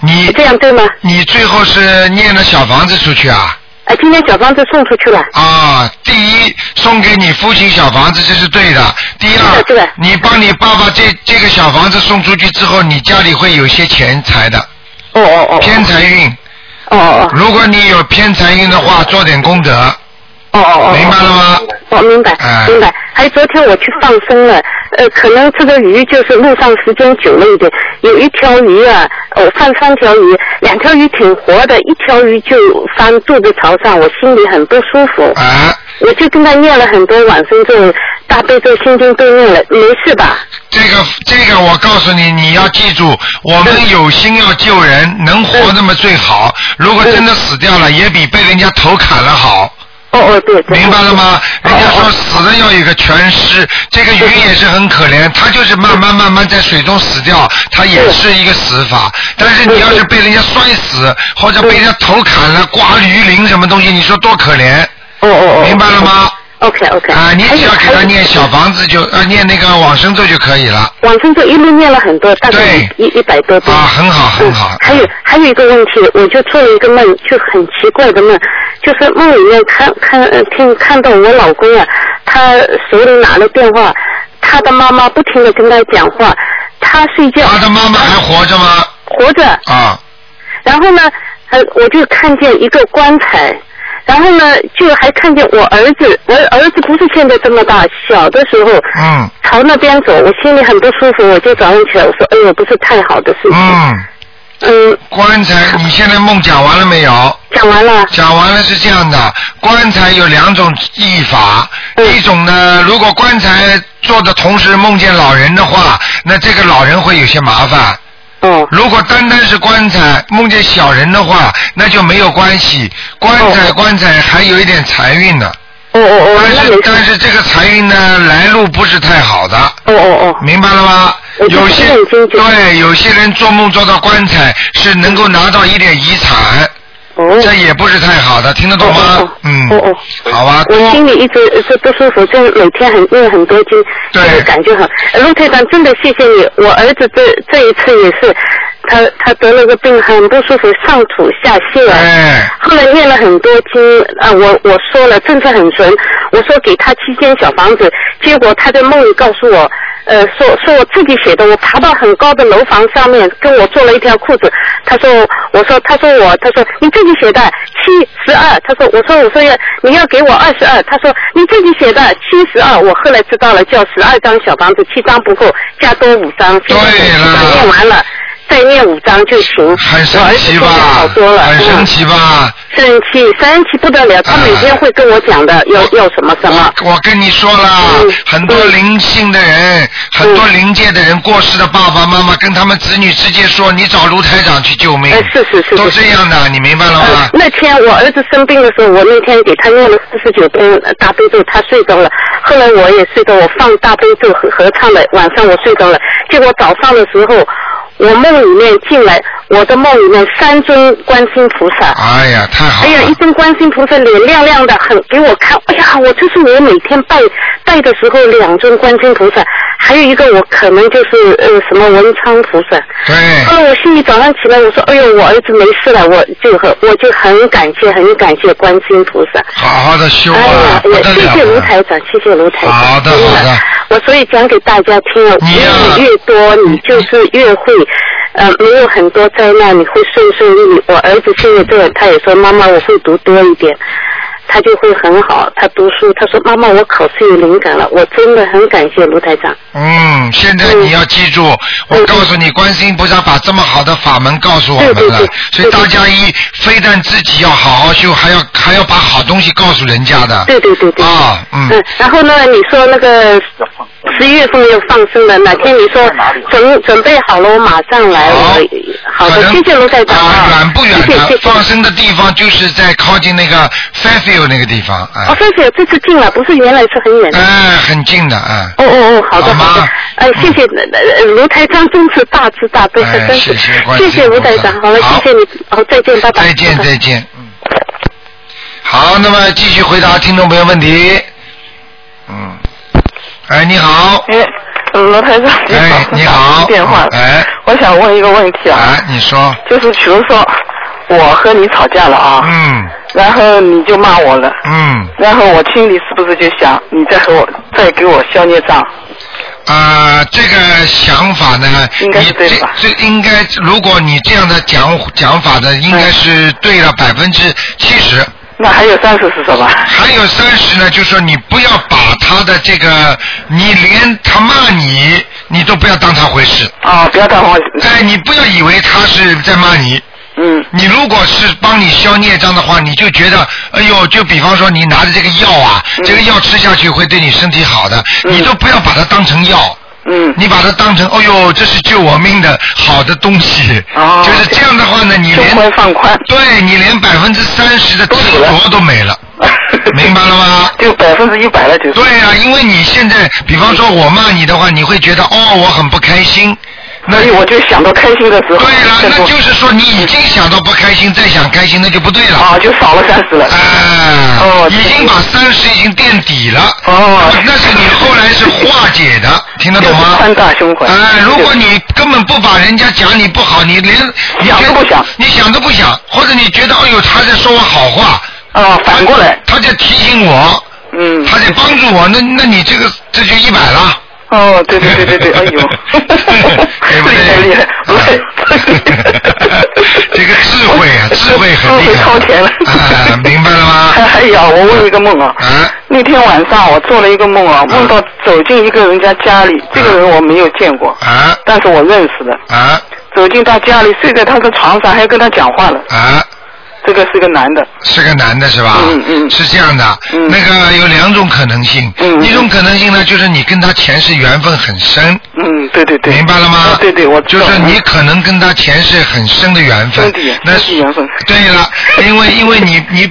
[SPEAKER 2] 你
[SPEAKER 8] 这样对吗？
[SPEAKER 2] 你最后是念了小房子出去啊？
[SPEAKER 8] 哎，今天小房子送出去了。
[SPEAKER 2] 啊，第一送给你父亲小房子这是对的，第二，
[SPEAKER 8] 对的对的
[SPEAKER 2] 你帮你爸爸这这个小房子送出去之后，你家里会有些钱财的
[SPEAKER 8] 哦哦哦。
[SPEAKER 2] 偏财运。
[SPEAKER 8] 哦哦
[SPEAKER 2] 如果你有偏财运的话，做点功德，
[SPEAKER 8] 哦哦哦。
[SPEAKER 2] 明白了吗？
[SPEAKER 8] 我明白
[SPEAKER 2] 哎，
[SPEAKER 8] 明白。还有昨天我去放生了，呃，可能这个鱼就是路上时间久了一点，有一条鱼啊，我放三条鱼，两条鱼挺活的，一条鱼就翻肚子朝上，我心里很不舒服。
[SPEAKER 2] 啊，
[SPEAKER 8] 我就跟他念了很多往生咒、大悲咒、心经都念了，没事吧？
[SPEAKER 2] 这个这个，我告诉你，你要记住，我
[SPEAKER 8] 嗯
[SPEAKER 2] 们有心要救人，能活那么最好。如果真的死掉了，也比被人家头砍了好。
[SPEAKER 8] 哦哦，对对。
[SPEAKER 2] 明白了吗？
[SPEAKER 8] 哦
[SPEAKER 2] 人家说死了要有一个全尸，这个鱼也是很可怜，它就是慢慢慢慢在水中死掉，它也是一个死法。但是你要是被人家摔死，或者被人家头砍了、挂鱼鳞什么东西，你说多可怜？
[SPEAKER 8] 哦哦哦。
[SPEAKER 2] 明白了吗？
[SPEAKER 8] ？OK OK。
[SPEAKER 2] 啊，你只要给他念小
[SPEAKER 8] 还有。
[SPEAKER 2] 房子就呃念那个往生咒就可以了。
[SPEAKER 8] 还有往生咒一路念了很多，大概
[SPEAKER 2] 对
[SPEAKER 8] 一一百多遍。
[SPEAKER 2] 啊，很好很
[SPEAKER 8] 嗯
[SPEAKER 2] 好。
[SPEAKER 8] 还有还有一个问题，我就做了一个梦，就很奇怪的梦，就是梦里面看看呃听看到我老公啊，他手里拿了电话，他的妈妈不停的跟他讲话，他睡觉
[SPEAKER 2] 他的妈妈还活着吗？
[SPEAKER 8] 活着，
[SPEAKER 2] 啊，
[SPEAKER 8] 然后呢，呃，我就看见一个棺材，然后呢，就还看见我儿子，我儿子不是现在这么大，小的时候，
[SPEAKER 2] 嗯
[SPEAKER 8] 朝那边走，我心里很不舒服，我就早上起来我说，哎呦，不是太好的事情，
[SPEAKER 2] 嗯，
[SPEAKER 8] 嗯，
[SPEAKER 2] 棺材，你现在梦讲完了没有？
[SPEAKER 8] 讲完了，
[SPEAKER 2] 讲完了是这样的，棺材有两种译法，
[SPEAKER 8] 嗯
[SPEAKER 2] 一种呢，如果棺材做的同时梦见老人的话，那这个老人会有些麻烦；
[SPEAKER 8] 哦，
[SPEAKER 2] 如果单单是棺材梦见小人的话，那就没有关系。棺材棺材还有一点财运呢，
[SPEAKER 8] 哦哦哦
[SPEAKER 2] 但，
[SPEAKER 8] 那没
[SPEAKER 2] 是
[SPEAKER 8] 事，
[SPEAKER 2] 但是这个财运呢来路不是太好的。
[SPEAKER 8] 哦哦哦，
[SPEAKER 2] 明白了吗？
[SPEAKER 8] 我就
[SPEAKER 2] 有
[SPEAKER 8] 是
[SPEAKER 2] 些
[SPEAKER 8] 很纠结
[SPEAKER 2] 对有些人做梦做到棺材是能够拿到一点遗产，
[SPEAKER 8] 哦。
[SPEAKER 2] 这也不是太好的，听得懂吗？
[SPEAKER 8] 哦哦哦
[SPEAKER 2] 嗯，
[SPEAKER 8] 哦哦
[SPEAKER 2] 好吧，
[SPEAKER 8] 我心
[SPEAKER 2] 多
[SPEAKER 8] 里一直是不舒服，就是每天很念很多经，
[SPEAKER 2] 对
[SPEAKER 8] 这个感觉好。呃陆队长，真的谢谢你，我儿子这这一次也是，他他得了个病，很不舒服，上吐下泻。啊
[SPEAKER 2] 哎
[SPEAKER 8] 后来念了很多经啊，我我说了，政策很纯，我说给他七间小房子，结果他在梦里告诉我，呃，说说我自己写的，我爬到很高的楼房上面，跟我做了一条裤子。他说，我说，他说我，他说你自己写的七十二，他说，我说我说要你要给我二十二，他说你自己写的七十二，我后来知道了，叫十二张小房子，七张不够，加多五张，
[SPEAKER 2] 对了
[SPEAKER 8] 念完了。再念五张就行，
[SPEAKER 2] 很
[SPEAKER 8] 我儿
[SPEAKER 2] 神
[SPEAKER 8] 子
[SPEAKER 2] 奇
[SPEAKER 8] 做得
[SPEAKER 2] 吧
[SPEAKER 8] 好多了，？
[SPEAKER 2] 很
[SPEAKER 8] 嗯
[SPEAKER 2] 神奇吧？
[SPEAKER 8] 生气，生气不得了，他每天会跟我讲的，要要什么什么。
[SPEAKER 2] 我我跟你说了，
[SPEAKER 8] 嗯
[SPEAKER 2] 很多灵性的人，很多灵界的人，过世的爸爸妈妈跟他们子女直接说：“你找卢台长去救命。
[SPEAKER 8] 哎，是是是
[SPEAKER 2] 嗯都啊
[SPEAKER 8] 是。
[SPEAKER 2] 这样的，你明白了吗
[SPEAKER 8] 呃？那天我儿子生病的时候，我那天给他念了四十九遍呃大悲咒，他睡着了。后来我也睡着，我放大悲咒合合唱了，晚上我睡着了。结果早上的时候，我梦里面进来，我的梦里面三尊观世音菩萨。
[SPEAKER 2] 哎呀，太好
[SPEAKER 8] 哎呀，一
[SPEAKER 2] 了！
[SPEAKER 8] 尊观世音菩萨脸亮亮的，很给我看。哎呀，我就是我每天拜拜的时候，两尊观世音菩萨，还有一个我可能就是呃什么文昌菩萨。
[SPEAKER 2] 对，
[SPEAKER 8] 后来我心里早上起来，我说哎呦，我儿子没事了，我就很我就很感谢，很感谢观世音菩萨。
[SPEAKER 2] 好好的修
[SPEAKER 8] 哎
[SPEAKER 2] 啊
[SPEAKER 8] 呀，，
[SPEAKER 2] 不
[SPEAKER 8] 哎
[SPEAKER 2] 得
[SPEAKER 8] 呀，
[SPEAKER 2] 了
[SPEAKER 8] 谢谢卢
[SPEAKER 2] 了。
[SPEAKER 8] 台长，谢谢卢台长。
[SPEAKER 2] 好的
[SPEAKER 8] 真
[SPEAKER 2] 好的
[SPEAKER 8] 我所以讲给大家听啊，
[SPEAKER 2] 你呀
[SPEAKER 8] 你越多，你就是越会。呃，没有很多灾难，你会顺顺利利。我儿子现在这样，他也说妈妈，我会读多一点，他就会很好。他读书，他说妈妈，我考试有灵感了。我真的很感谢卢台长。
[SPEAKER 2] 嗯，现在你要记住，我告诉你，观世音菩萨把这么好的法门告诉我们了
[SPEAKER 8] 对对对，
[SPEAKER 2] 所以大家一非但自己要好好修，还要还要把好东西告诉人家的。
[SPEAKER 8] 对对对对。
[SPEAKER 2] 啊，
[SPEAKER 8] 嗯
[SPEAKER 2] 嗯，，
[SPEAKER 8] 然后呢？你说那个十一月份要放生的，哪天你说准准备好了，我马上来。
[SPEAKER 2] 好
[SPEAKER 8] 我好
[SPEAKER 2] 哦可
[SPEAKER 8] 的，
[SPEAKER 2] 能
[SPEAKER 8] 谢谢卢台长
[SPEAKER 2] 啊，远不远
[SPEAKER 8] 谢谢
[SPEAKER 2] 的
[SPEAKER 8] 谢谢。
[SPEAKER 2] 放生的地方就是在靠近那个 Fairfield 那个地方，
[SPEAKER 8] 哦
[SPEAKER 2] 哎，，
[SPEAKER 8] 菲菲，这次近了，不是原来是很远的。
[SPEAKER 2] 哎，很近的，哎，
[SPEAKER 8] 哦哦哦，好
[SPEAKER 2] 好
[SPEAKER 8] 的
[SPEAKER 2] 吗嗯
[SPEAKER 8] 好的，呃，谢谢呃卢台长，真是大慈大悲，
[SPEAKER 2] 哎
[SPEAKER 8] 真是
[SPEAKER 2] 谢谢关
[SPEAKER 8] 谢
[SPEAKER 2] 心
[SPEAKER 8] 谢卢台长，好了，
[SPEAKER 2] 好
[SPEAKER 8] 谢谢你，好再见，拜拜，
[SPEAKER 2] 再见
[SPEAKER 8] 拜拜
[SPEAKER 2] 再见，嗯，好，那么继续回答听众朋友问题，嗯，哎，你好，
[SPEAKER 9] 哎，罗台长，你好
[SPEAKER 2] 哎，，你好，
[SPEAKER 9] 电话，
[SPEAKER 2] 哎，
[SPEAKER 9] 我想问一个问题啊，
[SPEAKER 2] 哎，你说，
[SPEAKER 9] 就是比如说，
[SPEAKER 8] 我和你吵架了啊，
[SPEAKER 2] 嗯
[SPEAKER 8] 然后你就骂我了，
[SPEAKER 2] 嗯
[SPEAKER 8] 然后我心里是不是就想，你再和我再给我消孽障？
[SPEAKER 2] 啊、这个想法呢，
[SPEAKER 8] 应该
[SPEAKER 2] 你
[SPEAKER 8] 是对的
[SPEAKER 2] 这
[SPEAKER 8] 吧
[SPEAKER 2] 这应该，如果你这样的讲讲法呢，应
[SPEAKER 8] 嗯
[SPEAKER 2] 该是对了百分之七十。
[SPEAKER 8] 那还有三十是什么？
[SPEAKER 2] 还有三十呢，就说你不要把他的这个，你连他骂你，你都不要当他回事。
[SPEAKER 8] 啊，不要当我，
[SPEAKER 2] 哎，你不要以为他是在骂你，
[SPEAKER 8] 嗯
[SPEAKER 2] 你如果是帮你消孽障的话，你就觉得，哎呦，就比方说你拿着这个药啊，
[SPEAKER 8] 嗯
[SPEAKER 2] 这个药吃下去会对你身体好的，
[SPEAKER 8] 嗯
[SPEAKER 2] 你都不要把它当成药。
[SPEAKER 8] 嗯，
[SPEAKER 2] 你把它当成，哦呦，这是救我命的好的东西，
[SPEAKER 8] 哦
[SPEAKER 2] 就是这样的话呢，你
[SPEAKER 8] 胸
[SPEAKER 2] 连
[SPEAKER 8] 怀放宽，
[SPEAKER 2] 对你连百分之三十的执
[SPEAKER 8] 都有了
[SPEAKER 2] 着都没了，明白了吗？
[SPEAKER 8] 就百分之一百了就是。
[SPEAKER 2] 对呀、因为你现在，比方说我骂你的话，你会觉得哦，我很不开心。那
[SPEAKER 8] 所以我就想到开心的时候，
[SPEAKER 2] 对了，
[SPEAKER 8] 再
[SPEAKER 2] 那
[SPEAKER 8] 多
[SPEAKER 2] 就是说你已经想到不开心，再想开心，那就不对了。
[SPEAKER 8] 啊，就少了三十了。
[SPEAKER 2] 哎、
[SPEAKER 8] 哦
[SPEAKER 2] 已经把三十已经垫底了。
[SPEAKER 8] 哦
[SPEAKER 2] 那是你后来是化解的，听得懂吗
[SPEAKER 8] 就是？宽大胸怀。
[SPEAKER 2] 哎，如果你根本不把人家讲你不好，你连你
[SPEAKER 8] 想
[SPEAKER 2] 觉
[SPEAKER 8] 都
[SPEAKER 2] 得
[SPEAKER 8] 不想
[SPEAKER 2] 你想都不想，或者你觉得哎呦他在说我好话，
[SPEAKER 8] 啊，反过来，
[SPEAKER 2] 他在提醒我，
[SPEAKER 8] 嗯，
[SPEAKER 2] 他在帮助我，那那你这个这就一百了。
[SPEAKER 8] 哦，对对对对对，哎 呦，
[SPEAKER 2] 对不对？
[SPEAKER 8] 厉害厉害，我
[SPEAKER 2] 这个智慧啊，智慧很厉害。
[SPEAKER 8] 超前了。
[SPEAKER 2] 啊，明白了吗？
[SPEAKER 8] 还有啊，我问一个梦啊。
[SPEAKER 2] 啊，
[SPEAKER 8] 那天晚上我做了一个梦啊，梦到走进一个人家家里，这个人我没有见过，
[SPEAKER 2] 啊
[SPEAKER 8] 但是我认识的。
[SPEAKER 2] 啊
[SPEAKER 8] 走进他家里，睡在他的床上，还跟他讲话了。
[SPEAKER 2] 啊！
[SPEAKER 8] 这个是个男的，
[SPEAKER 2] 是个男的是吧？
[SPEAKER 8] 嗯嗯
[SPEAKER 2] 是这样的，
[SPEAKER 8] 嗯
[SPEAKER 2] 那个有两种可能性，
[SPEAKER 8] 嗯嗯
[SPEAKER 2] 一种可能性呢，就是你跟他前世缘分很深，
[SPEAKER 8] 嗯，对对对，
[SPEAKER 2] 明白了吗
[SPEAKER 8] 啊？对对，我知
[SPEAKER 2] 就
[SPEAKER 8] 道
[SPEAKER 2] 是你可能跟他前世很深的缘分
[SPEAKER 8] 兄弟，
[SPEAKER 2] 那
[SPEAKER 8] 兄弟缘分
[SPEAKER 2] 对了，
[SPEAKER 8] 嗯
[SPEAKER 2] 因为因为你你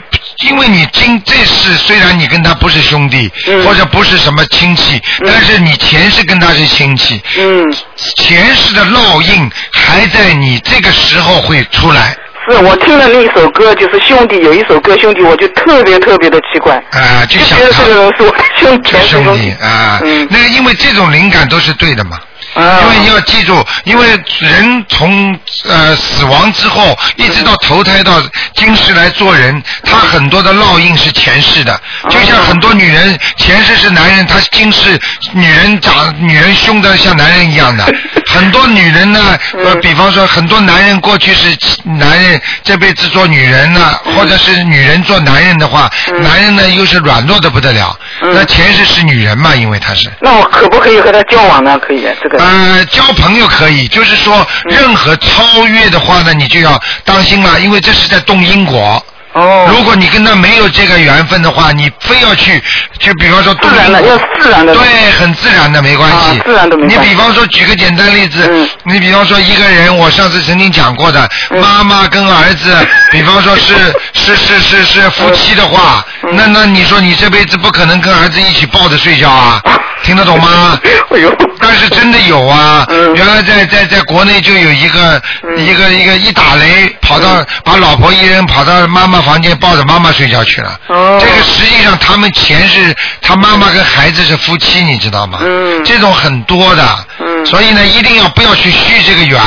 [SPEAKER 2] 因为你今这世虽然你跟他不是兄弟，
[SPEAKER 8] 嗯
[SPEAKER 2] 或者不是什么亲戚，
[SPEAKER 8] 嗯
[SPEAKER 2] 但是你前世跟他是亲戚，
[SPEAKER 8] 嗯，
[SPEAKER 2] 前世的烙印还在你这个时候会出来。
[SPEAKER 8] 是我听了那一首歌，就是兄弟有一首歌，兄弟，我就特别特别的奇怪，
[SPEAKER 2] 啊，就
[SPEAKER 8] 就
[SPEAKER 2] 想
[SPEAKER 8] 觉得
[SPEAKER 2] 他
[SPEAKER 8] 这个人是我的兄弟，
[SPEAKER 2] 这兄弟
[SPEAKER 8] 全是
[SPEAKER 2] 啊，
[SPEAKER 8] 嗯
[SPEAKER 2] 那个因为这种灵感都是对的嘛，
[SPEAKER 8] 啊，
[SPEAKER 2] 因为你要记住，因为人从呃死亡之后一直到投胎到今世来做人，他很多的烙印是前世的，就像很多女人前世是男人，她今世女人长女人凶的像男人一样的，很多女人呢，呃，比方说很多男人过去是男人，这辈子做女人呢，或者是女人做男人的话，男人呢又是软弱的不得了，那前世是女人嘛，因为他是。
[SPEAKER 8] 那我可不可以和他交往呢？可以，这个，
[SPEAKER 2] 呃，交朋友可以，就是说
[SPEAKER 8] 嗯
[SPEAKER 2] 任何超越的话呢，你就要当心了，因为这是在动因果。
[SPEAKER 8] 哦，
[SPEAKER 2] 如果你跟他没有这个缘分的话，你非要去，就比方说动
[SPEAKER 8] 自然
[SPEAKER 2] 因
[SPEAKER 8] 的，要
[SPEAKER 2] 果。
[SPEAKER 8] 自然的，
[SPEAKER 2] 对，很自然的，没关系。
[SPEAKER 8] 啊自然的没关系
[SPEAKER 2] 你比方说，举个简单例子，
[SPEAKER 8] 嗯
[SPEAKER 2] 你比方说一个人，我上次曾经讲过的，妈妈跟儿 子，比方说是是是是
[SPEAKER 8] 嗯
[SPEAKER 2] 是夫妻的话，那那你说你这辈子不可能跟儿子一起抱着睡觉啊，听得懂 吗？
[SPEAKER 8] 哎呦，
[SPEAKER 2] 但是真的有啊，
[SPEAKER 8] 嗯
[SPEAKER 2] 原来在在在国内就有一个、一个一个一打雷跑到、
[SPEAKER 8] 嗯
[SPEAKER 2] 把老婆一人跑到妈妈房间抱着妈妈睡觉去了。
[SPEAKER 8] 哦
[SPEAKER 2] 这个实际上他们前世他妈妈跟孩子是夫妻，你知道吗？
[SPEAKER 8] 嗯
[SPEAKER 2] 这种很多的。
[SPEAKER 8] 嗯
[SPEAKER 2] 所以呢，一定要不要去续这个缘。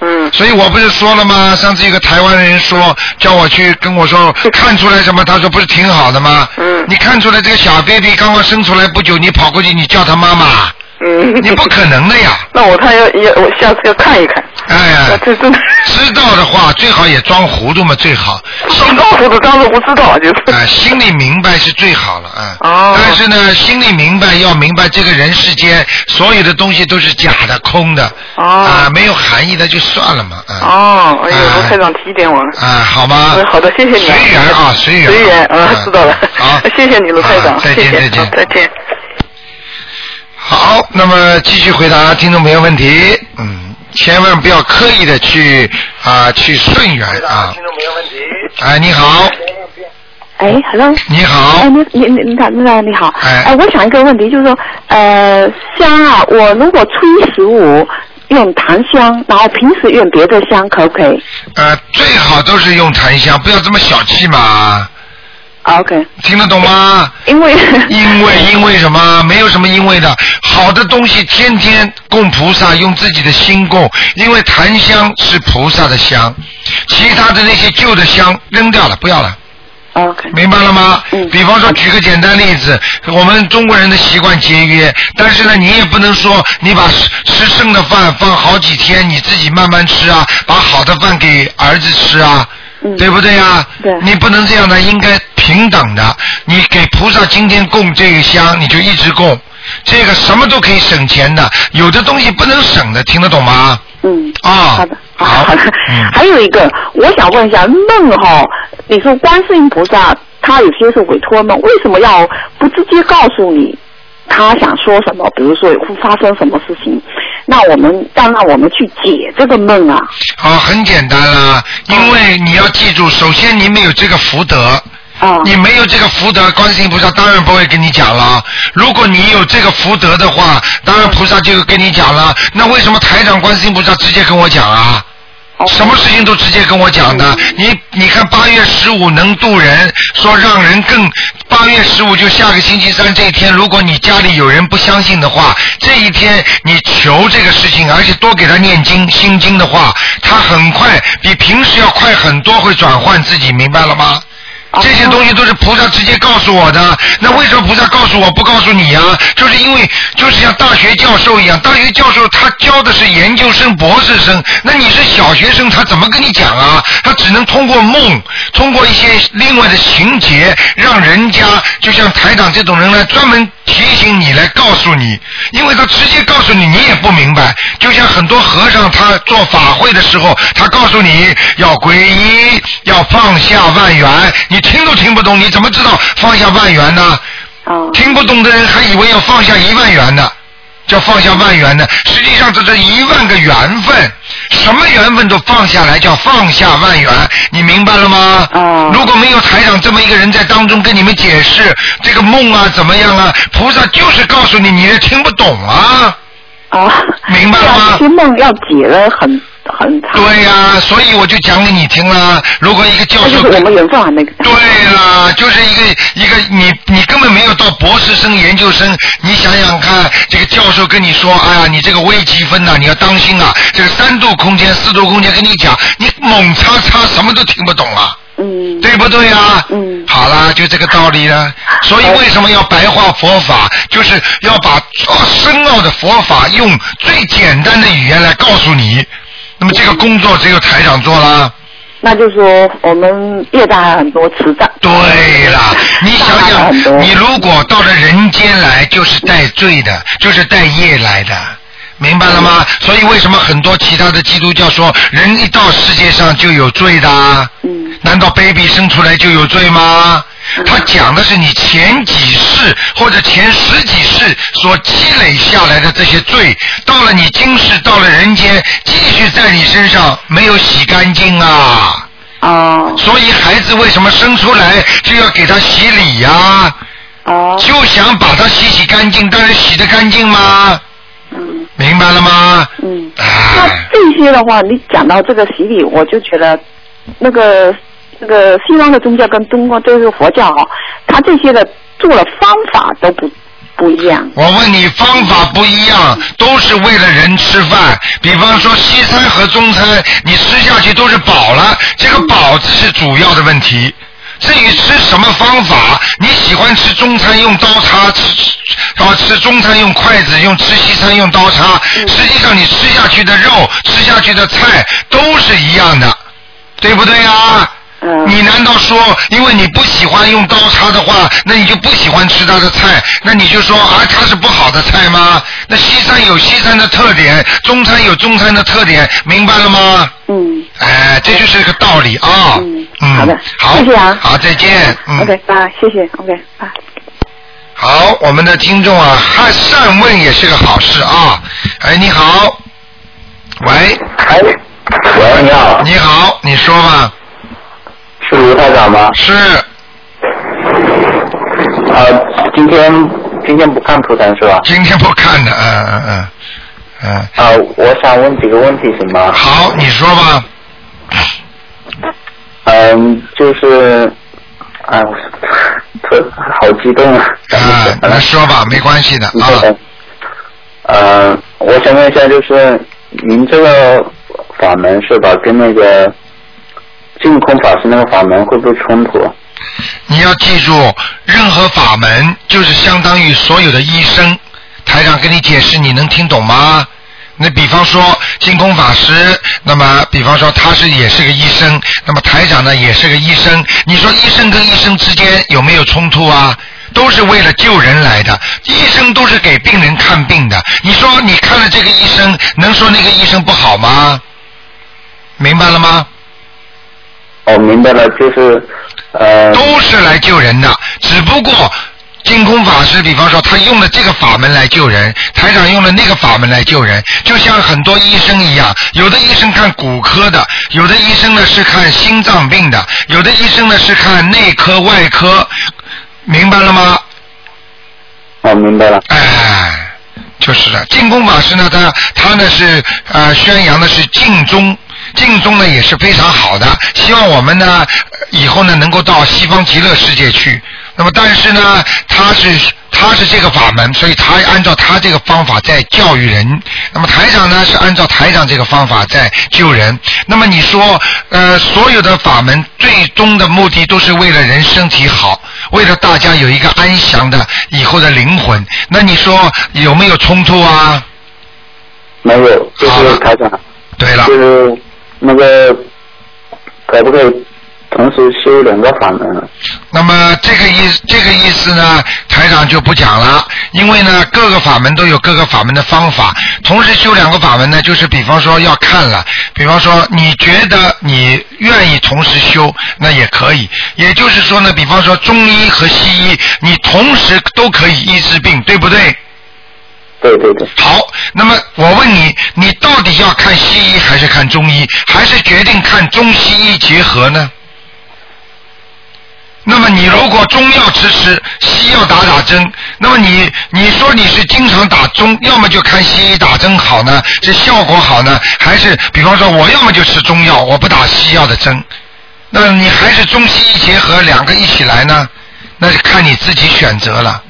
[SPEAKER 8] 嗯，
[SPEAKER 2] 所以我不是说了吗？上次有个台湾人说叫我去跟我说看出来什么，他说不是挺好的吗？
[SPEAKER 8] 嗯
[SPEAKER 2] 你看出来这个小 baby 刚刚生出来不久，你跑过去你叫他妈妈，
[SPEAKER 8] 嗯，
[SPEAKER 2] 你不可能的呀！
[SPEAKER 8] 那我他要要我下次要看一看，
[SPEAKER 2] 哎
[SPEAKER 8] 那
[SPEAKER 2] 呀，
[SPEAKER 8] 这真的。
[SPEAKER 2] 知道的话最好也装糊涂嘛，最 好。
[SPEAKER 8] 我告诉我当时不知道，就是。
[SPEAKER 2] 啊、心里明白是最好了啊。
[SPEAKER 8] 哦
[SPEAKER 2] 但是呢，心里明白要明白这个人世间所有的东西都是假的、空的，
[SPEAKER 8] 哦
[SPEAKER 2] 啊、没有含义的就算了嘛，啊、
[SPEAKER 8] 哦，哎呦，
[SPEAKER 2] 啊
[SPEAKER 8] 卢台长提点我了。
[SPEAKER 2] 啊，好吗
[SPEAKER 8] 嗯，？好的，谢谢你啊。
[SPEAKER 2] 随缘啊，随缘。
[SPEAKER 8] 随缘，
[SPEAKER 2] 啊
[SPEAKER 8] 嗯，知道了。
[SPEAKER 2] 好，
[SPEAKER 8] 谢谢你，卢台长
[SPEAKER 2] 啊。再见，
[SPEAKER 8] 谢谢
[SPEAKER 2] 再
[SPEAKER 8] 好
[SPEAKER 2] 见。
[SPEAKER 8] 再见。
[SPEAKER 2] 好，那么继续回答听众朋友问题。嗯，千万不要刻意的去啊去顺缘啊。听众朋友问题。哎，你好，
[SPEAKER 10] 哎，hello，
[SPEAKER 2] 你好
[SPEAKER 10] 哎，，你你你你好，你好，你好，
[SPEAKER 2] 哎
[SPEAKER 10] 哎，我想一个问题，就是说，呃，香啊，我如果初一十五用檀香，然后平时用别的香，可不可以？
[SPEAKER 2] 呃，最好都是用檀香，不要这么小气嘛。
[SPEAKER 10] OK，
[SPEAKER 2] 听得懂吗？
[SPEAKER 10] 因 为
[SPEAKER 2] 因为因为什么？没有什么因为的，好的东西天天供菩萨，用自己的心供，因为檀香是菩萨的香，其他的那些旧的香扔掉了，不要了。
[SPEAKER 10] 啊 OK，
[SPEAKER 2] 明白了吗？
[SPEAKER 10] 嗯
[SPEAKER 2] 比方说，举个简单例子，我们中国人的习惯节约，但是呢，你也不能说你把吃吃剩的饭放好几天，你自己慢慢吃啊，把好的饭给儿子吃啊，对不对啊？
[SPEAKER 10] 嗯对
[SPEAKER 2] 你不能这样的，应该平等的。你给菩萨今天供这个香，你就一直供。这个什么都可以省钱的，有的东西不能省的，听得懂吗？
[SPEAKER 10] 嗯，
[SPEAKER 2] 啊、好的，好，
[SPEAKER 10] 好的
[SPEAKER 2] 嗯，
[SPEAKER 10] 还有一个，我想问一下，梦哈、你说观世音菩萨他有些时候会托梦，为什么要不直接告诉你他想说什么？比如说会发生什么事情，那我们让让我们去解这个梦啊。
[SPEAKER 2] 啊，很简单啦，因为你要记住，首先你没有这个福德。
[SPEAKER 10] 啊哦
[SPEAKER 2] 你没有这个福德，观世音菩萨当然不会跟你讲了。如果你有这个福德的话，当然菩萨就跟你讲了。那为什么台长观世音菩萨直接跟我讲啊？什么事情都直接跟我讲的。你你看八月十五能渡人，说让人更八月十五就下个星期三这一天，如果你家里有人不相信的话，这一天你求这个事情，而且多给他念经心经的话，他很快比平时要快很多，会转换自己，明白了吗？这些东西都是菩萨直接告诉我的，那为什么菩萨告诉我不告诉你呀、就是因为就是像大学教授一样，大学教授他教的是研究生、博士生，那你是小学生，他怎么跟你讲啊？他只能通过梦，通过一些另外的情节，让人家就像台长这种人来专门提醒你，来告诉你，因为他直接告诉你，你也不明白。就像很多和尚他做法会的时候，他告诉你要皈依，要放下万缘，你听都听不懂，你怎么知道放下万缘呢？听不懂的人还以为要放下一万元呢，叫放下万元呢，实际上这是一万个缘分，什么缘分都放下来，叫放下万元，你明白了吗？
[SPEAKER 10] 哦
[SPEAKER 2] 如果没有台长这么一个人在当中跟你们解释这个梦啊怎么样啊，菩萨就是告诉你，你也听不懂啊。
[SPEAKER 10] 啊，
[SPEAKER 2] 明白了吗？
[SPEAKER 10] 这梦要解了很很长，
[SPEAKER 2] 对呀、所以我就讲给你听啦。如果一个教
[SPEAKER 10] 那就
[SPEAKER 2] 授
[SPEAKER 10] 是我们缘分还没
[SPEAKER 2] 对啦，就是一个一个你你根本没有到博士生、研究生，你想想看，这个教授跟你说，哎呀，你这个微积分呐、你要当心啊，这个三度空间、四度空间跟你讲，你猛叉叉什么都听不懂啊。
[SPEAKER 10] 嗯，
[SPEAKER 2] 对不对啊？嗯，好啦，就这个道理啦。所以为什么要白话佛法？就是要把哦深奥的佛法用最简单的语言来告诉你。那么这个工作只有台长做啦。
[SPEAKER 10] 那就说我们业障很多，慈障
[SPEAKER 2] 对了，你想想，你如果到了人间来，就是带罪的，就是带业来的。明白了吗？所以为什么很多其他的基督教说人一到世界上就有罪的啊？难道 baby 生出来就有罪吗？他讲的是你前几世或者前十几世所积累下来的这些罪，到了你今世，到了人间，继续在你身上没有洗干净啊。
[SPEAKER 10] 哦。
[SPEAKER 2] 所以孩子为什么生出来就要给他洗礼呀、
[SPEAKER 10] 哦。
[SPEAKER 2] 就想把他洗洗干净，但是洗得干净吗？嗯。明白了吗？哎
[SPEAKER 10] 嗯。那这些的话，你讲到这个洗礼，我就觉得那个那个西方的宗教跟中国都是佛教哈、它这些的做了方法都不不一样。
[SPEAKER 2] 我问你，方法不一样，都是为了人吃饭。比方说西餐和中餐，你吃下去都是饱了，这个饱字是主要的问题。至于吃什么方法，你喜欢吃中餐用刀叉，吃吃啊吃中餐用筷子，用吃西餐用刀叉，实际上你吃下去的肉、吃下去的菜都是一样的，对不对啊？你难道说，因为你不喜欢用刀叉的话，那你就不喜欢吃他的菜？那你就说啊，它是不好的菜吗？那西餐有西餐的特点，中餐有中餐的特点，明白了吗？
[SPEAKER 10] 嗯。
[SPEAKER 2] 哎，这就是个道理啊。嗯。好的。好。
[SPEAKER 10] 谢谢啊
[SPEAKER 2] 好，再见。嗯。
[SPEAKER 10] OK，啊，谢谢，OK，啊。
[SPEAKER 2] 好，我们的听众啊，还善问也是个好事啊。哎，你好。喂。
[SPEAKER 6] 喂，你好。
[SPEAKER 2] 你好，你说吧。
[SPEAKER 6] 是卢台长吗？
[SPEAKER 2] 是。
[SPEAKER 6] 呃，今天今天不看图腾是吧？
[SPEAKER 2] 今天不看的，嗯嗯嗯。嗯。
[SPEAKER 6] 啊、我想问几个问题行吗？
[SPEAKER 2] 好，你说吧。
[SPEAKER 6] 嗯，就是
[SPEAKER 8] 哎，我这好激动啊！
[SPEAKER 2] 啊， 那说吧，没关系的啊。
[SPEAKER 8] 呃，我想问一下，就是您这个法门是吧，跟那个净空法师那个法门会不会冲突？啊
[SPEAKER 2] 你要记住，任何法门就是相当于所有的医生。台长给你解释，你能听懂吗？那比方说净空法师，那么比方说他是也是个医生，那么台长呢也是个医生。你说医生跟医生之间有没有冲突啊？都是为了救人来的，医生都是给病人看病的。你说你看了这个医生，能说那个医生不好吗？明白了吗？
[SPEAKER 8] 哦，明白了，就是呃，
[SPEAKER 2] 都是来救人的，只不过净空法师，比方说他用了这个法门来救人，台长用了那个法门来救人，就像很多医生一样，有的医生看骨科的，有的医生呢是看心脏病的，有的医生呢是看内科、外科，明白了吗？
[SPEAKER 8] 哦，明白了。
[SPEAKER 2] 哎，就是的，净空法师呢，他他呢是呃宣扬的是净宗，净宗呢也是非常好的，希望我们呢呃以后呢能够到西方极乐世界去。那么但是呢，他是他是这个法门，所以他按照他这个方法在教育人。那么台长呢是按照台长这个方法在救人。那么你说，呃，所有的法门最终的目的都是为了人身体好，为了大家有一个安详的以后的灵魂。那你说有没有冲突啊？
[SPEAKER 8] 没有，就是台长。
[SPEAKER 2] 对了。
[SPEAKER 8] 就是那个可不可以同时修两个法门啊？
[SPEAKER 2] 那么这个意这个意思呢，台长就不讲了，因为呢各个法门都有各个法门的方法，同时修两个法门呢，就是比方说要看了，比方说你觉得你愿意同时修，那也可以。也就是说呢，比方说中医和西医，你同时都可以医治病，对不对？
[SPEAKER 8] 对对对。
[SPEAKER 2] 好，那么我问你，你到底要看西医还是看中医，还是决定看中西医结合呢？那么你如果中药吃吃，西药打打针，那么你你说你是经常打中，要么就看西医打针好呢，是效果好呢，还是比方说我要么就吃中药，我不打西药的针，那你还是中西医结合两个一起来呢？那就看你自己选择了。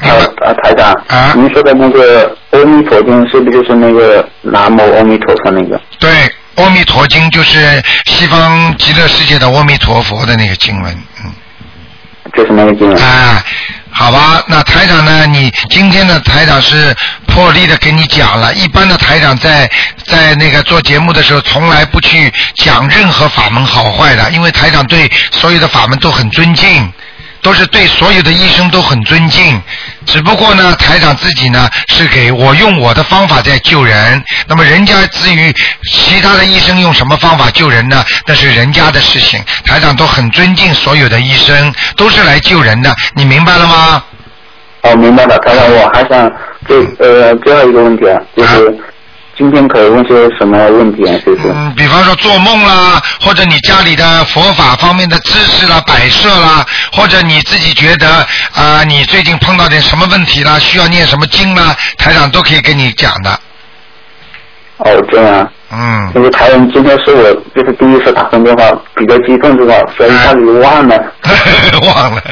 [SPEAKER 8] 呃，呃台长，
[SPEAKER 2] 啊
[SPEAKER 8] 您说的那个阿弥陀经是不是就是那个南无阿弥陀佛那个？
[SPEAKER 2] 对，《阿弥陀经》就是西方极乐世界的阿弥陀佛的那个经文，嗯。
[SPEAKER 8] 就是那个经文。
[SPEAKER 2] 啊，好吧，那台长呢？你今天的台长是破例的给你讲了，一般的台长在在那个做节目的时候，从来不去讲任何法门好坏的，因为台长对所有的法门都很尊敬。都是对所有的医生都很尊敬，只不过呢，台长自己呢是给我用我的方法在救人，那么人家至于其他的医生用什么方法救人呢，那是人家的事情。台长都很尊敬所有的医生，都是来救人的，你明白了吗？
[SPEAKER 8] 哦，明白了，台长，我还想最呃最后一个问题啊，就是今天可以问些什么问题啊？就是
[SPEAKER 2] 嗯，比方说做梦啦，或者你家里的佛法方面的知识啦、摆设啦，或者你自己觉得啊、呃你最近碰到点什么问题啦，需要念什么经啦，台长都可以跟你讲的。
[SPEAKER 8] 哦这样啊。
[SPEAKER 2] 嗯。
[SPEAKER 8] 因为台长今天是我就是第一次打通电话，比较激动知道，所以
[SPEAKER 2] 啊
[SPEAKER 8] 一下子就忘了。
[SPEAKER 2] 忘了，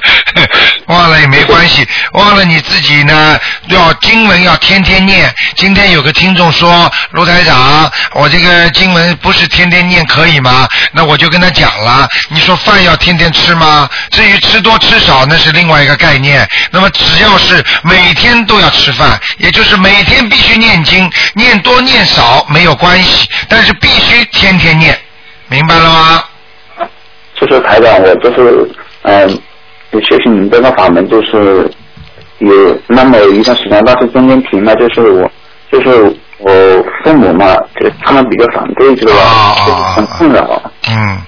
[SPEAKER 2] 忘了也没关系，忘了你自己呢，要经文要天天念。今天有个听众说，卢台长，我这个经文不是天天念可以吗？那我就跟他讲了，你说饭要天天吃吗？至于吃多吃少，那是另外一个概念。那么只要是每天都要吃饭，也就是每天必须念经，念多念少没有关系，但是必须天天念，明白了吗？
[SPEAKER 8] 就是台长，我就是嗯，也确实您这个法门就是有那么一段时间，但是中间停了，就是我就是我父母嘛，就他们比较反对这个，就是很困扰。
[SPEAKER 2] 嗯，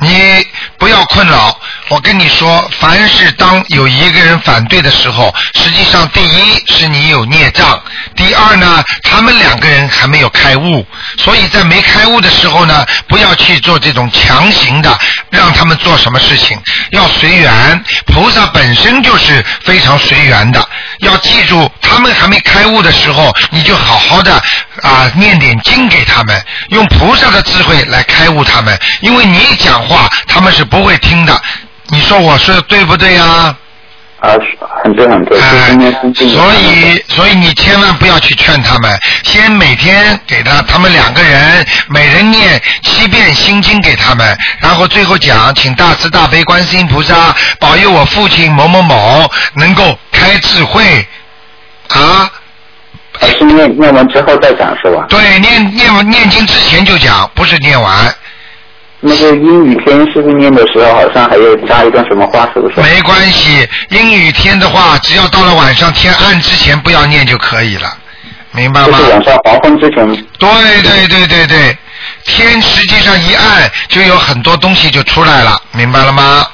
[SPEAKER 2] 你不要困扰。我跟你说，凡是当有一个人反对的时候，实际上第一是你有孽障，第二呢，他们两个人还没有开悟，所以在没开悟的时候呢，不要去做这种强行的让他们做什么事情，要随缘。菩萨本身就是非常随缘的，要记住，他们还没开悟的时候，你就好好的啊念点经给他们，用菩萨的智慧来开悟他们，因为你讲话他们是不会听的。你说我是对不对呀、
[SPEAKER 11] 啊，很对很对，就今天心情
[SPEAKER 2] 哎所以，所以你千万不要去劝他们，先每天给他他们两个人每人念七遍心经给他们，然后最后讲，请大慈大悲观世音菩萨保佑我父亲某某某能够开智慧啊。
[SPEAKER 11] 是念念完之后再讲是吧？
[SPEAKER 2] 对，念念完念经之前就讲，不是念完。
[SPEAKER 11] 那个英语篇是不是念的时候好像还要加一段什么话，是不是？
[SPEAKER 2] 没关系，英语天的话，只要到了晚上天暗之前不要念就可以了，明白
[SPEAKER 11] 就
[SPEAKER 2] 吗？
[SPEAKER 11] 是晚上黄昏之前
[SPEAKER 2] 对对对对对，天实际上一暗就有很多东西就出来了，明白了吗？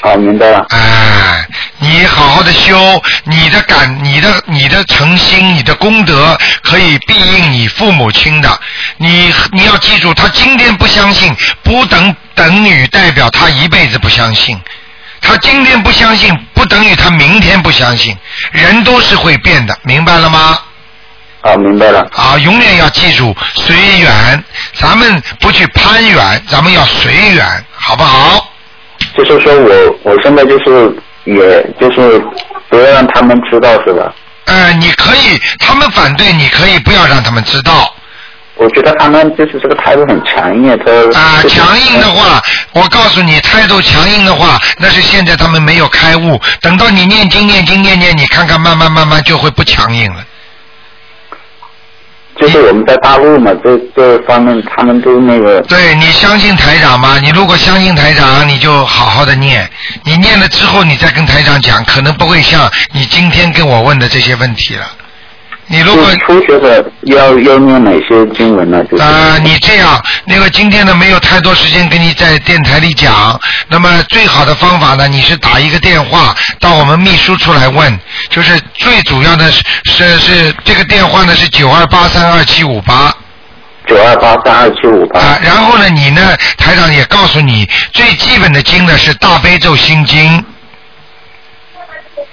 [SPEAKER 11] 好，明白了。
[SPEAKER 2] 哎，你好好的修，你的感、你的、你的诚心、你的功德，可以庇应你父母亲的。你你要记住，他今天不相信，不等等于代表他一辈子不相信。他今天不相信，不等于他明天不相信。人都是会变的，明白了吗？
[SPEAKER 11] 啊，明白了。
[SPEAKER 2] 啊，永远要记住随缘，咱们不去攀缘，咱们要随缘，好不好？
[SPEAKER 11] 就是说我我现在就是也就是不要让他们知道是吧？
[SPEAKER 2] 呃，你可以，他们反对，你可以不要让他们知道。
[SPEAKER 11] 我觉得他们就是这个态度很强硬，他
[SPEAKER 2] 啊、
[SPEAKER 11] 就是
[SPEAKER 2] 强硬的话，我告诉你，态度强硬的话，那是现在他们没有开悟。等到你念经、念经、念念，你看看，慢慢慢慢就会不强硬了。
[SPEAKER 11] 就是我们在大陆嘛，这这方面他们都那个
[SPEAKER 2] 对你相信台长吗？你如果相信台长，你就好好的念。你念了之后，你再跟台长讲，可能不会像你今天跟我问的这些问题了。你如果
[SPEAKER 11] 就初学者要要念哪些经文呢？就是、
[SPEAKER 2] 啊、你这样，那个今天呢没有太多时间跟你在电台里讲，那么最好的方法呢，你是打一个电话到我们秘书处来问，就是最主要的是是是这个电话呢是九二八三二七五八。
[SPEAKER 11] 九二八三二七五八。
[SPEAKER 2] 啊，然后呢，你呢，台长也告诉你，最基本的经呢是大悲咒心经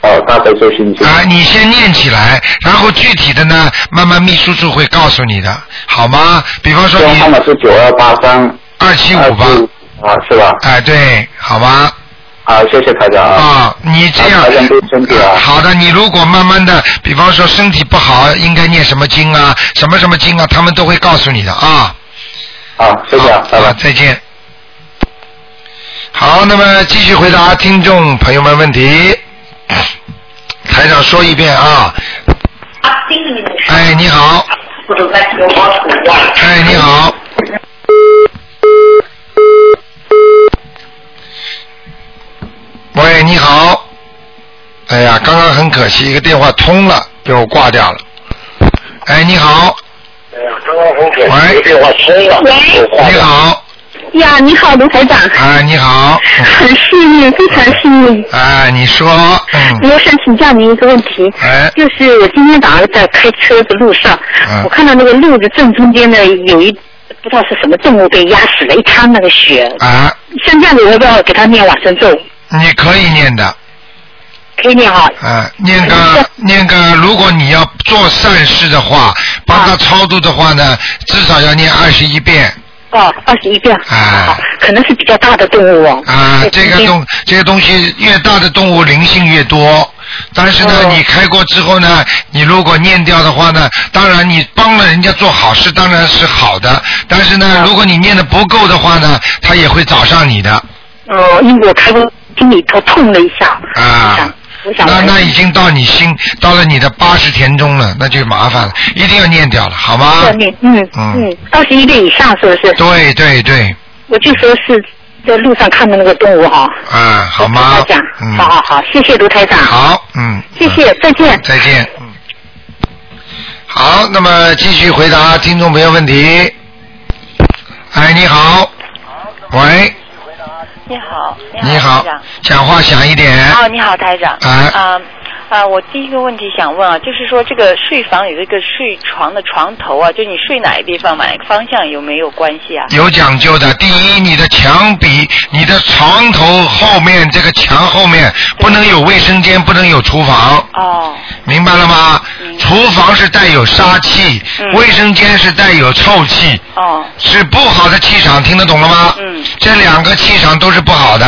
[SPEAKER 11] 哦，大悲咒心经。
[SPEAKER 2] 啊，你先念起来，然后具体的呢，慢慢秘书处会告诉你的，好吗？比方说
[SPEAKER 11] 电话号
[SPEAKER 2] 你
[SPEAKER 11] 码是九二八三
[SPEAKER 2] 二七五八，
[SPEAKER 11] 啊，是吧？
[SPEAKER 2] 哎，对，好吗？
[SPEAKER 11] 啊，谢谢台长啊。
[SPEAKER 2] 啊，你这样
[SPEAKER 11] 台，长注意身体啊。
[SPEAKER 2] 好的，你如果慢慢的，比方说身体不好，应该念什么经啊，什么什么经啊，他们都会告诉你的啊。
[SPEAKER 11] 好，谢谢啊，拜
[SPEAKER 2] 好，
[SPEAKER 11] 拜。
[SPEAKER 2] 再见。好，那么继续回答听众朋友们问题。台长说一遍啊。哎，你好。哎，你好。喂，你好。哎呀，刚刚很可惜，一个电话通了，被我挂掉了。哎，你好，
[SPEAKER 6] 刚刚很可
[SPEAKER 2] 惜
[SPEAKER 6] 惜，电话通了，
[SPEAKER 2] 你好，
[SPEAKER 10] 呀，你好，卢台长，
[SPEAKER 2] 哎，你好，
[SPEAKER 10] 很幸运，非常幸运。
[SPEAKER 2] 哎，你说，嗯，
[SPEAKER 10] 我想请教您一个问题，
[SPEAKER 2] 哎，
[SPEAKER 10] 就是我今天早上在开车的路上，
[SPEAKER 2] 嗯
[SPEAKER 10] 我看到那个路的正中间呢有一不知道是什么动物被压死了一滩那个血，
[SPEAKER 2] 啊，
[SPEAKER 10] 像这样子我要不要给他念往生咒？
[SPEAKER 2] 你可以念的，
[SPEAKER 10] 可以念哈。
[SPEAKER 2] 啊，念个念个，如果你要做善事的话，帮他超度的话呢，至少要念二十一遍，
[SPEAKER 10] 哦，二十一遍。
[SPEAKER 2] 啊
[SPEAKER 10] 好，可能是比较大的动物哦。
[SPEAKER 2] 啊，这个
[SPEAKER 10] 物。
[SPEAKER 2] 东这个东西越大的动物灵性越多，但是呢，
[SPEAKER 10] 哦
[SPEAKER 2] 你开过之后呢，你如果念掉的话呢，当然你帮了人家做好事当然是好的，但是呢，如果你念的不够的话呢，他也会找上你的
[SPEAKER 10] 哦，因为我开过，心里头痛了一下。我
[SPEAKER 2] 啊
[SPEAKER 10] 想。我想
[SPEAKER 2] 那那已经到你心到了你的八十田中了，那就麻烦了，一定要念掉了，好吗？
[SPEAKER 10] 要念，嗯
[SPEAKER 2] 嗯
[SPEAKER 10] 嗯，二十一遍以上是不是？
[SPEAKER 2] 对对对，
[SPEAKER 10] 我就说是在路上看到那个动物哈。
[SPEAKER 2] 啊，好吗
[SPEAKER 10] 台长？，
[SPEAKER 2] 嗯，
[SPEAKER 10] 好好好，谢谢卢台长，，
[SPEAKER 2] 好，嗯，
[SPEAKER 10] 谢谢，再见
[SPEAKER 2] 嗯，。再见，嗯。好，那么继续回答听众朋友问题。哎，你好，喂，
[SPEAKER 5] 你好，
[SPEAKER 2] 你好
[SPEAKER 5] 台长。，
[SPEAKER 2] 讲话响一点。
[SPEAKER 5] 哦，你好，台长。
[SPEAKER 2] 哎
[SPEAKER 5] 啊啊，我第一个问题想问啊，就是说这个睡房有一个睡床的床头啊，就你睡哪个地方，哪个方向有没有关系啊？
[SPEAKER 2] 有讲究的，第一，你的墙比你的床头后面这个墙后面不能有卫生间，不能有厨房。
[SPEAKER 5] 哦，
[SPEAKER 2] 明白了吗？厨房是带有杀气，
[SPEAKER 5] 嗯
[SPEAKER 2] 卫生间是带有臭气，
[SPEAKER 5] 哦，
[SPEAKER 2] 是不好的气场，听得懂了吗？
[SPEAKER 5] 嗯
[SPEAKER 2] 这两个气场都是不好的，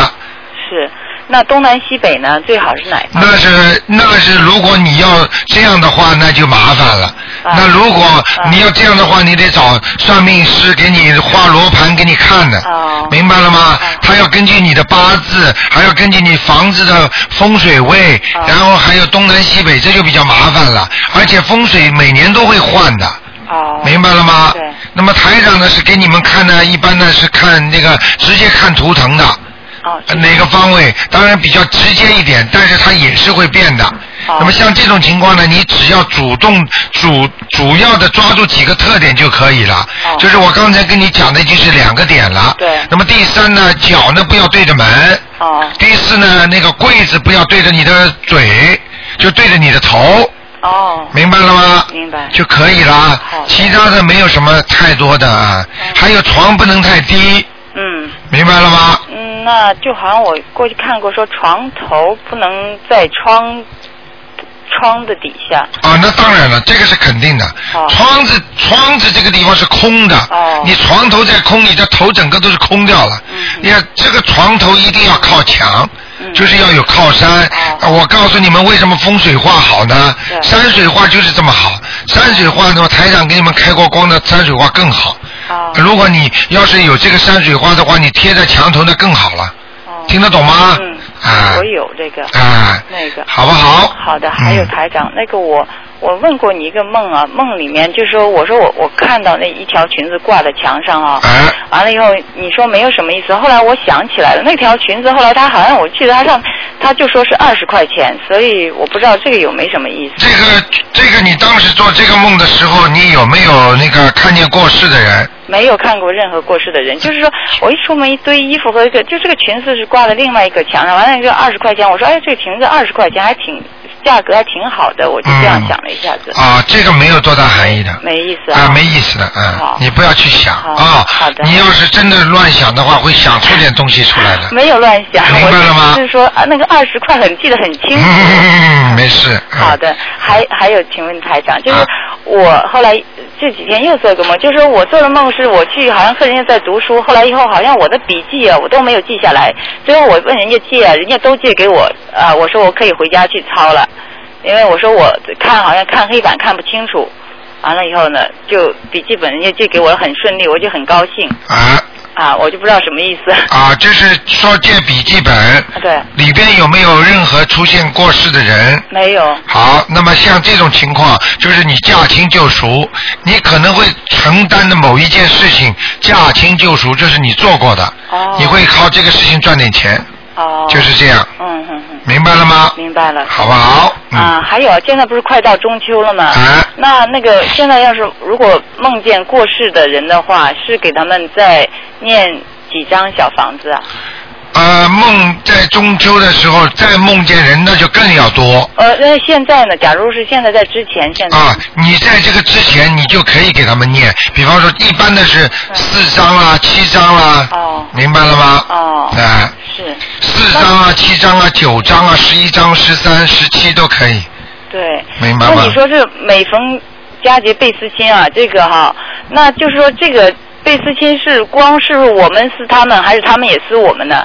[SPEAKER 5] 是那东南西北呢，最好是哪一方？
[SPEAKER 2] 那是那是，如果你要这样的话，那就麻烦了。
[SPEAKER 5] 啊
[SPEAKER 2] 那如果你要这样的话，你得找算命师给你画罗盘给你看的，
[SPEAKER 3] 哦
[SPEAKER 2] 明白了吗？他要根据你的八字，还要根据你房子的风水位，然后还有东南西北，这就比较麻烦了。而且风水每年都会换的。
[SPEAKER 5] 哦嗯
[SPEAKER 2] 明白了吗？对。那么台长呢是给你们看呢，一般呢是看那个直接看图腾的。
[SPEAKER 5] 哦
[SPEAKER 2] 呃哪个方位？当然比较直接一点，但是它也是会变的。那么像这种情况呢，你只要主动主主要的抓住几个特点就可以了。就是我刚才跟你讲的已经是两个点了。对。那么第三呢，脚呢不要对着门。哦。第四呢，那个柜子不要对着你的嘴，就对着你的头。哦。明白了吗？明白。就可以啦。其他的没有什么太多的啊，还有床不能太低。嗯。明白了吗？
[SPEAKER 5] 嗯，那就好像我过去看过，说床头不能在窗窗的底下。
[SPEAKER 2] 啊，那当然了，这个是肯定的。
[SPEAKER 5] 啊
[SPEAKER 2] 窗子窗子这个地方是空的，你床头在空，你的头整个都是空掉了。你看这个床头一定要靠墙。
[SPEAKER 5] 嗯
[SPEAKER 2] 就是要有靠山、啊我告诉你们，为什么风水画好呢？啊山水画就是这么好。山水画的话，台长给你们开过光的山水画更好。
[SPEAKER 5] 啊
[SPEAKER 2] 如果你要是有这个山水画的话，你贴在墙头那更好了。听得懂吗？
[SPEAKER 5] 啊嗯，
[SPEAKER 2] 啊
[SPEAKER 5] 我有这个。
[SPEAKER 2] 啊
[SPEAKER 5] 那个。
[SPEAKER 2] 好不好嗯
[SPEAKER 5] 好的，还有台长，那个我我问过你一个梦啊，梦里面就说我说我我看到那一条裙子挂在墙上啊，完了以后你说没有什么意思，后来我想起来了，那条裙子后来他好像我记得他上他就说是二十块钱，所以我不知道这个有没什么意思。
[SPEAKER 2] 这个这个，你当时做这个梦的时候，你有没有那个看见过世的人？
[SPEAKER 5] 没有看过任何过世的人，就是说我一出门一堆衣服和一个，就这个裙子是挂在另外一个墙上，完了就二十块钱，我说哎这个裙子二十块钱还挺价格还挺好的，我就这样想了一下子，
[SPEAKER 2] 啊，这个没有多大含义的。
[SPEAKER 5] 没意思
[SPEAKER 2] 啊，没意思的，嗯，你不要去想啊。你要是真的乱想的话，会想出点东西出来 的。
[SPEAKER 5] 没有乱想，
[SPEAKER 2] 明白了吗
[SPEAKER 5] 我就是说啊那个二十块很记得很 清楚。
[SPEAKER 2] 嗯，没事。
[SPEAKER 5] 好的，还还有，请问台长，
[SPEAKER 2] 啊
[SPEAKER 5] 就是我后来这几天又做一个梦，就是说我做的梦是我去好像和人家在读书，后来以后好像我的笔记啊我都没有记下来，最后我问人家借，人家都借给我啊，我说我可以回家去抄了，因为我说我看好像看黑板看不清楚，完了以后呢，就笔记本人家借给我很顺利，我就很高兴
[SPEAKER 2] 啊
[SPEAKER 5] 啊，我就不知道什么意思，
[SPEAKER 2] 啊，就是说借笔记本
[SPEAKER 5] 对，
[SPEAKER 2] 里边有没有任何出现过世的人？
[SPEAKER 5] 没有。
[SPEAKER 2] 好，那么像这种情况，就是你驾轻就熟，你可能会承担的某一件事情，驾轻就熟，就是你做过的，
[SPEAKER 5] 哦
[SPEAKER 2] 你会靠这个事情赚点钱，就是这样，
[SPEAKER 5] 嗯嗯嗯，
[SPEAKER 2] 明白了吗？
[SPEAKER 5] 明白了，
[SPEAKER 2] 好不好？嗯
[SPEAKER 5] 啊，还有现在不是快到中秋了吗？
[SPEAKER 2] 啊
[SPEAKER 5] 那那个现在要是如果梦见过世的人的话，是给他们再念几张小房子啊？
[SPEAKER 2] 呃，梦在中秋的时候再梦见人，那就更要多。
[SPEAKER 5] 呃，那现在呢？假如是现在在之前，现在
[SPEAKER 2] 啊，你在这个之前，你就可以给他们念，比方说一般的是四张啦、七张啦，明白了吗？
[SPEAKER 5] 哦，
[SPEAKER 2] 哎，
[SPEAKER 5] 是
[SPEAKER 2] 四张啊、七张啊、九张啊、十一张、十三、十七都可以，
[SPEAKER 5] 对。
[SPEAKER 2] 明白
[SPEAKER 5] 那
[SPEAKER 2] 吗
[SPEAKER 5] 你？说是每逢佳节倍思亲啊，这个哈，那就是说这个倍思亲是光是我们思他们，还是他们也思我们呢？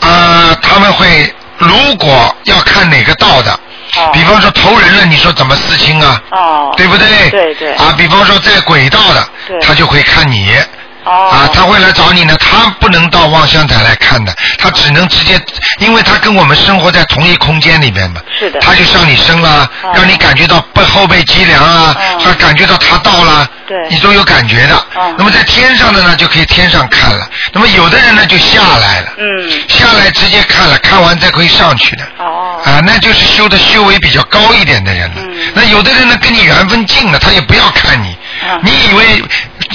[SPEAKER 2] 啊，他们会如果要看哪个道的，比方说投人了，你说怎么四清啊？
[SPEAKER 5] 哦，
[SPEAKER 2] 对不对？
[SPEAKER 5] 对对。
[SPEAKER 2] 啊，比方说在轨道的，他就会看你。
[SPEAKER 5] 哦
[SPEAKER 2] 啊，他会来找你呢，他不能到望乡台来看的，他只能直接，因为他跟我们生活在同一空间里面嘛。
[SPEAKER 5] 是的。
[SPEAKER 2] 他就上你身了，
[SPEAKER 5] 哦
[SPEAKER 2] 让你感觉到背后背脊梁啊，他感觉到他到了，
[SPEAKER 5] 对，哦
[SPEAKER 2] 你都有感觉的。那么在天上的呢，就可以天上看了。那么有的人呢，就下来了。
[SPEAKER 5] 嗯。
[SPEAKER 2] 下来直接看了，看完再可以上去的。
[SPEAKER 5] 哦。
[SPEAKER 2] 啊，那就是修的修为比较高一点的人了。那有的人呢，跟你缘分尽了，他也不要看你。你以为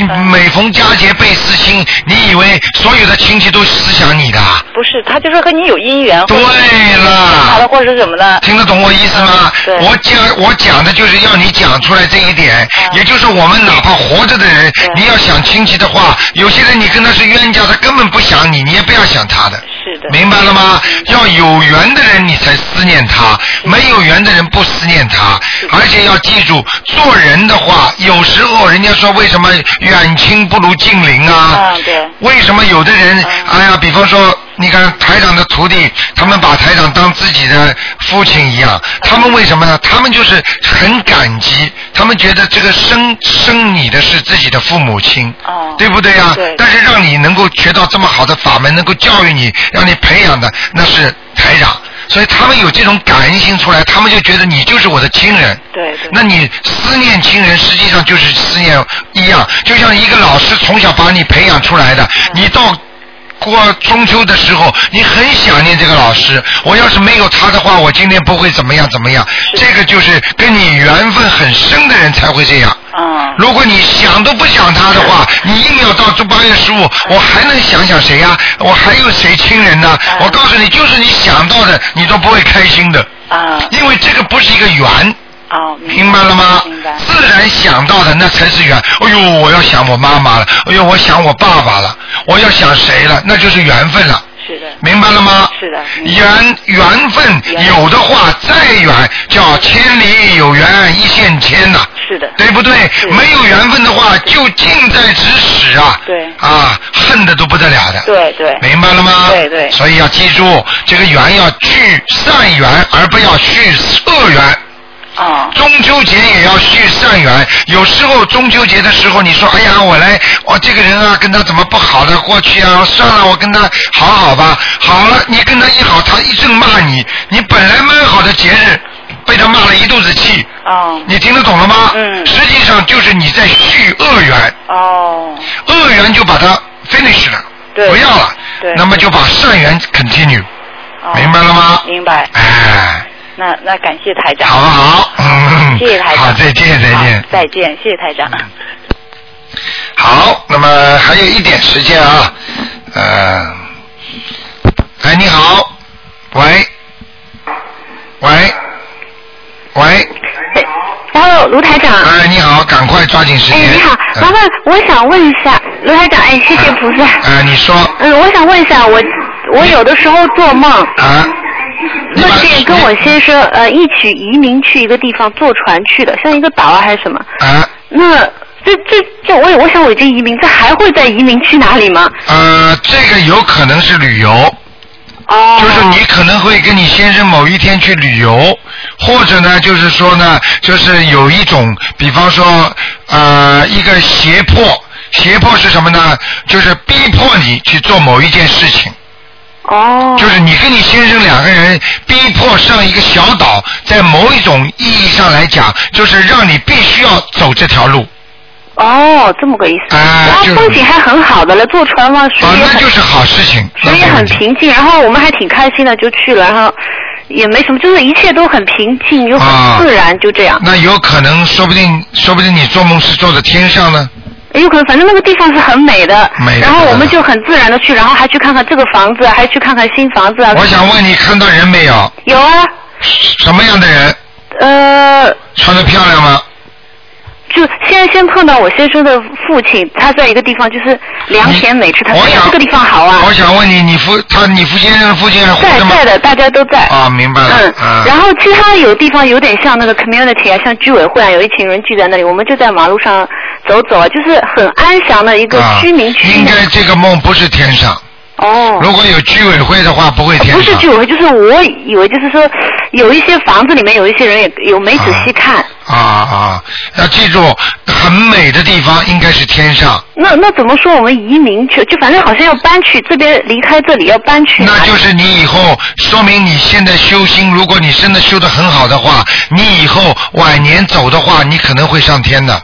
[SPEAKER 2] 嗯每逢佳节倍思亲，你以为所有的亲戚都思想你的啊？
[SPEAKER 5] 不是，他就说和你有姻缘。对
[SPEAKER 2] 了。
[SPEAKER 5] 好了，或者是怎么的？
[SPEAKER 2] 听得懂我意思吗？我讲我讲的就是要你讲出来这一点，也就是我们哪怕活着的人，你要想亲戚的话，有些人你跟他是冤家，他根本不想你，你也不要想他的。
[SPEAKER 5] 是的。
[SPEAKER 2] 明白了吗？要有缘的人你才思念他，没有缘的人不思念他。而且要记住，做人的话，有时候人家说为什么远亲不如近邻啊？
[SPEAKER 5] 对。
[SPEAKER 2] 为什么有的人，哎呀，比方说你看台长的徒弟，他们把台长当自己的父亲一样。他们为什么呢？他们就是很感激，他们觉得这个生生你的是自己的父母亲，
[SPEAKER 3] 哦
[SPEAKER 2] 对不对啊？但是让你能够学到这么好的法门，能够教育你，让你培养的，那是台长。所以他们有这种感恩心出来，他们就觉得你就是我的亲人。
[SPEAKER 5] 对
[SPEAKER 2] 那你思念亲人，实际上就是思念一样，就像一个老师从小把你培养出来的，
[SPEAKER 5] 嗯
[SPEAKER 2] 你到。过中秋的时候，你很想念这个老师。我要是没有他的话，我今天不会怎么样怎么样。这个就是跟你缘分很深的人才会这样。
[SPEAKER 5] 嗯
[SPEAKER 2] 如果你想都不想他的话，你一秒到这八月十五，我还能想想谁呀、我还有谁亲人呢、我告诉你，就是你想到的，你都不会开心的。
[SPEAKER 5] 啊。
[SPEAKER 2] 因为这个不是一个缘。
[SPEAKER 5] 哦，
[SPEAKER 2] 明白了吗？自然想到的那才是缘。哎呦，我要想我妈妈了，哎呦，我想我爸爸了，我要想谁了，那就是缘分了。
[SPEAKER 5] 是的。
[SPEAKER 2] 明白了吗？
[SPEAKER 5] 是的。
[SPEAKER 2] 缘缘分有的话，再远叫千里有缘一线牵呐、
[SPEAKER 5] 是的。
[SPEAKER 2] 对不对？没有缘分的话，就近在咫尺啊。
[SPEAKER 5] 对。
[SPEAKER 2] 啊，恨的都不得了的。
[SPEAKER 5] 对对。
[SPEAKER 2] 明白了吗？
[SPEAKER 5] 对对
[SPEAKER 2] 所以要记住，这个缘要聚善缘，而不要聚恶缘。中秋节也要续善缘。有时候中秋节的时候，你说，哎呀，我来，我这个人啊，跟他怎么不好的过去啊？算了，我跟他好好吧。好了，你跟他一好，他一阵骂你，你本来蛮好的节日，被他骂了一肚子气。
[SPEAKER 5] 哦。
[SPEAKER 2] 你听得懂了吗？嗯。实际上就是你在续恶缘。
[SPEAKER 5] 哦。
[SPEAKER 2] 恶缘就把它 finish 了，
[SPEAKER 5] 对
[SPEAKER 2] 不要了。
[SPEAKER 5] 对哦
[SPEAKER 2] 那么就把善缘 continue，、明白了吗？
[SPEAKER 5] 明白。
[SPEAKER 2] 哎。
[SPEAKER 5] 那那感谢台长。
[SPEAKER 2] 好不好？嗯。
[SPEAKER 5] 谢谢台长。
[SPEAKER 2] 好，再见，再见。
[SPEAKER 5] 好再见，谢谢台长。
[SPEAKER 2] 好，那么还有一点时间啊，呃，哎，你好，喂，喂，喂，
[SPEAKER 3] 然后卢台长，
[SPEAKER 2] 哎，你好，赶快抓紧时
[SPEAKER 3] 哎，
[SPEAKER 2] 间嗯
[SPEAKER 3] 你，好，麻烦我想问一下，卢台长，哎，谢谢菩萨。
[SPEAKER 2] 哎，你说，
[SPEAKER 3] 嗯，我想问一下，我我有的时候做梦，
[SPEAKER 2] 啊，
[SPEAKER 3] 梦见跟我先生呃一起移民去一个地方，坐船去的，像一个岛啊还是什么？
[SPEAKER 2] 啊。
[SPEAKER 3] 那这这这，我也我想我已经移民，这还会再移民去哪里吗？
[SPEAKER 2] 呃，这个有可能是旅游，
[SPEAKER 3] 哦，
[SPEAKER 2] 就是你可能会跟你先生某一天去旅游，或者呢，就是说呢，就是有一种，比方说，呃，一个胁迫，胁迫是什么呢？就是逼迫你去做某一件事情。
[SPEAKER 3] 哦。
[SPEAKER 2] 就是你跟你先生两个人逼迫上一个小岛，在某一种意义上来讲，就是让你必须要走这条路。啊
[SPEAKER 3] 哦，这么个意思。然后风景还很好的了，坐船往水也
[SPEAKER 2] 那
[SPEAKER 3] 很
[SPEAKER 2] 就是好事情。
[SPEAKER 3] 所以很平静，然后我们还挺开心的就去了，然后也没什么，就是一切都很平静又
[SPEAKER 2] 啊
[SPEAKER 3] 很自然，就这 样。
[SPEAKER 2] 那有可能，说不定，说不定你做梦是做的天上呢。
[SPEAKER 3] 有可能，反正那个地方是很美的，
[SPEAKER 2] 美的
[SPEAKER 3] 然后我们就很自然的去，然后还去看看这个房子，啊还去看看新房子啊。
[SPEAKER 2] 我想问你看到人没 有？
[SPEAKER 3] 有啊，
[SPEAKER 2] 什么样的人？
[SPEAKER 3] 呃，
[SPEAKER 2] 穿的漂亮吗？
[SPEAKER 3] 就先先碰到我先生的父亲，他在一个地方就是良田美池，他说哎呀这个地方好啊。
[SPEAKER 2] 嗯我想问你，你父他你父先生的父亲还活
[SPEAKER 3] 在
[SPEAKER 2] 着吗？
[SPEAKER 3] 在的，大家都在。
[SPEAKER 2] 啊，明白了。
[SPEAKER 3] 嗯，
[SPEAKER 2] 啊
[SPEAKER 3] 然后其他有地方有点像那个 community 啊，像居委会啊，有一群人聚在那里，我们就在马路上走走啊，就是很安详的一个
[SPEAKER 2] 啊
[SPEAKER 3] 居民区。
[SPEAKER 2] 应该这个梦不是天上。
[SPEAKER 3] 哦。
[SPEAKER 2] 如果有居委会的话，不会天上。
[SPEAKER 3] 不是居委会，就是我以为就是说，有一些房子里面有一些人也有没仔细看，
[SPEAKER 2] 啊啊！要记住，很美的地方应该是天上，
[SPEAKER 3] 那那怎么说我们移民去？就反正好像要搬去这边，离开这里要搬去哪
[SPEAKER 2] 那
[SPEAKER 3] 里？
[SPEAKER 2] 就是你以后说明你现在修心。如果你真的修得很好的话，你以后晚年走的话，你可能会上天的。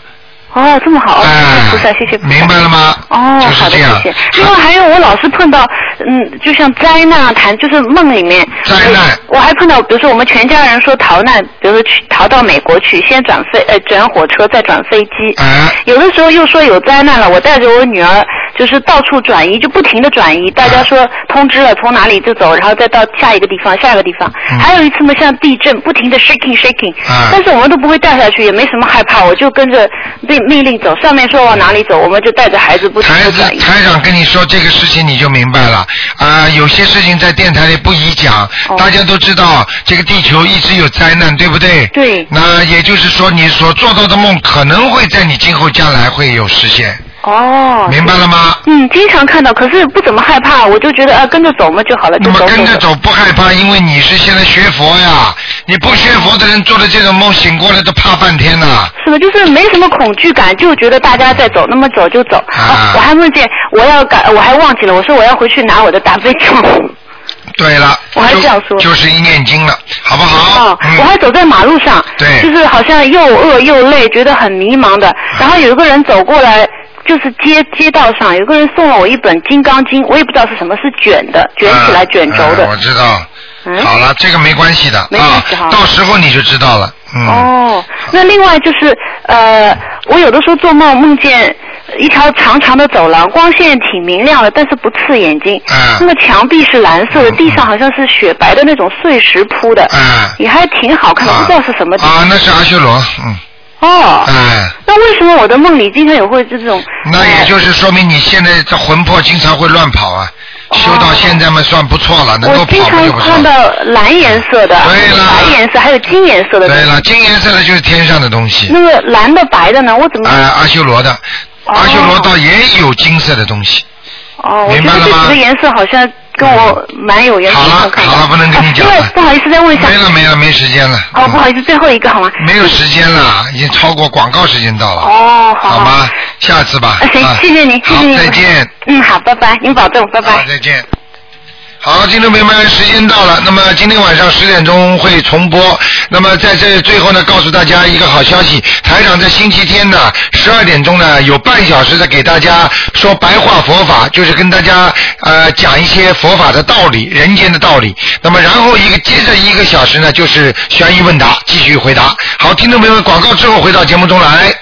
[SPEAKER 3] 哦，这么好，谢谢菩萨，谢谢菩萨。
[SPEAKER 2] 哎明白了吗？
[SPEAKER 3] 哦，
[SPEAKER 2] 就是
[SPEAKER 3] 好的，
[SPEAKER 2] 这样
[SPEAKER 3] 谢谢。另外还有，我老是碰到，嗯，就像灾难啊，谈就是梦里面。灾难。我还碰到，比如说我们全家人说逃难，比如说去逃到美国去，先转飞呃转火车，再转飞机。
[SPEAKER 2] 哎
[SPEAKER 3] 有的时候又说有灾难了，我带着我女儿就是到处转移，就不停的转移。大家说通知了从哪里就走，然后再到下一个地方，下一个地方。还有一次嘛，像地震，不停的 shaking shaking，
[SPEAKER 2] 啊
[SPEAKER 3] 但是我们都不会掉下去，也没什么害怕，我就跟着命命令走，上面说往哪里走，我们就带着孩子不停的转移。
[SPEAKER 2] 台长跟你说这个事情，你就明白了啊、有些事情在电台里不宜讲，
[SPEAKER 3] 哦
[SPEAKER 2] 大家都知道这个地球一直有灾难，对不对？
[SPEAKER 3] 对。
[SPEAKER 2] 那也就是说，你所做到的梦可能会在你今后将来会有实现。
[SPEAKER 10] 哦，
[SPEAKER 2] 明白了吗？
[SPEAKER 10] 嗯，经常看到，可是不怎么害怕，我就觉得呃跟着走嘛就好了，就
[SPEAKER 2] 那么
[SPEAKER 10] 走
[SPEAKER 2] 跟
[SPEAKER 10] 走
[SPEAKER 2] 着
[SPEAKER 10] 走。
[SPEAKER 2] 走不害怕，因为你是现在学佛呀。你不学佛的人做的这种梦，醒过来都怕半天呐、
[SPEAKER 10] 是的，就是没什么恐惧感，就觉得大家在走，那么走就走。
[SPEAKER 2] 啊
[SPEAKER 10] 哦我还梦见我要赶，我还忘记了，我说我要回去拿我的打飞 机。
[SPEAKER 2] 对了，
[SPEAKER 10] 我还这样说。
[SPEAKER 2] 就是一念经了，好不好？嗯
[SPEAKER 10] 啊、我还走在马路上，
[SPEAKER 2] 对
[SPEAKER 10] 就是好像又饿又累，觉得很迷茫
[SPEAKER 2] 啊
[SPEAKER 10] 的。然后有一个人走过来，就是街街道上有个人送了我一本《金刚经》，我也不知道是什么，是卷的，卷起来卷轴的。嗯
[SPEAKER 2] 嗯我知道。好了，这个没关系的啊，到时候你就知道了。嗯，
[SPEAKER 10] 哦，那另外就是呃，我有的时候做梦梦见一条长长的走廊，光线挺明亮的，但是不刺眼睛。
[SPEAKER 2] 啊
[SPEAKER 10] 那个墙壁是蓝色的，地上好像是雪白的那种碎石铺的，也还挺好看的，不知道是什么地方。
[SPEAKER 2] 啊，那是阿修罗，嗯，
[SPEAKER 10] 哦，
[SPEAKER 2] 哎，
[SPEAKER 10] 那为什么我的梦里经常有会这种？
[SPEAKER 2] 那也就是说明你现在这魂魄经常会乱跑啊，修到现在嘛算不错了，能
[SPEAKER 10] 哦我
[SPEAKER 2] 够
[SPEAKER 10] 经
[SPEAKER 2] 跑
[SPEAKER 10] 常
[SPEAKER 2] 就不错
[SPEAKER 10] 看到
[SPEAKER 2] 了。
[SPEAKER 10] 蓝颜色的、白颜色，还有金颜色的。
[SPEAKER 2] 对了，金颜色的就是天上的东西，
[SPEAKER 10] 那个蓝的、白的呢？我怎么？
[SPEAKER 2] 啊，阿修罗的，阿修罗道也有金色的东西。
[SPEAKER 10] 哦，我
[SPEAKER 2] 明
[SPEAKER 10] 觉
[SPEAKER 2] 白
[SPEAKER 10] 得
[SPEAKER 2] 了
[SPEAKER 10] 这
[SPEAKER 2] 吗嗯
[SPEAKER 10] 几个颜色好像跟我蛮有缘分的。看
[SPEAKER 2] 好了，不能跟你讲
[SPEAKER 10] 因为
[SPEAKER 2] 了。
[SPEAKER 10] 不好意思再问一下。
[SPEAKER 2] 没了没了，没时间了。嗯
[SPEAKER 10] 哦，不好意思，最后一个好吗？
[SPEAKER 2] 没有时间了，已经超过广告时间到了。
[SPEAKER 10] 哦，呃
[SPEAKER 2] 好吗？下次吧。
[SPEAKER 10] 行
[SPEAKER 2] 啊，
[SPEAKER 10] 谢谢您，谢
[SPEAKER 2] 好
[SPEAKER 10] 谢，您。
[SPEAKER 2] 再见。。
[SPEAKER 10] 嗯，好，拜拜，您保重，拜拜。
[SPEAKER 2] 好，再见。好，听众朋友们，时间到了。那么今天晚上十点钟会重播。那么在这最后呢，告诉大家一个好消息，台长在星期天呢十二点钟呢有半小时的给大家说白话佛法，就是跟大家呃讲一些佛法的道理、人间的道理。那么然后一个接着一个小时呢就是悬疑问答，继续回答。好，听众朋友们，广告之后回到节目中来。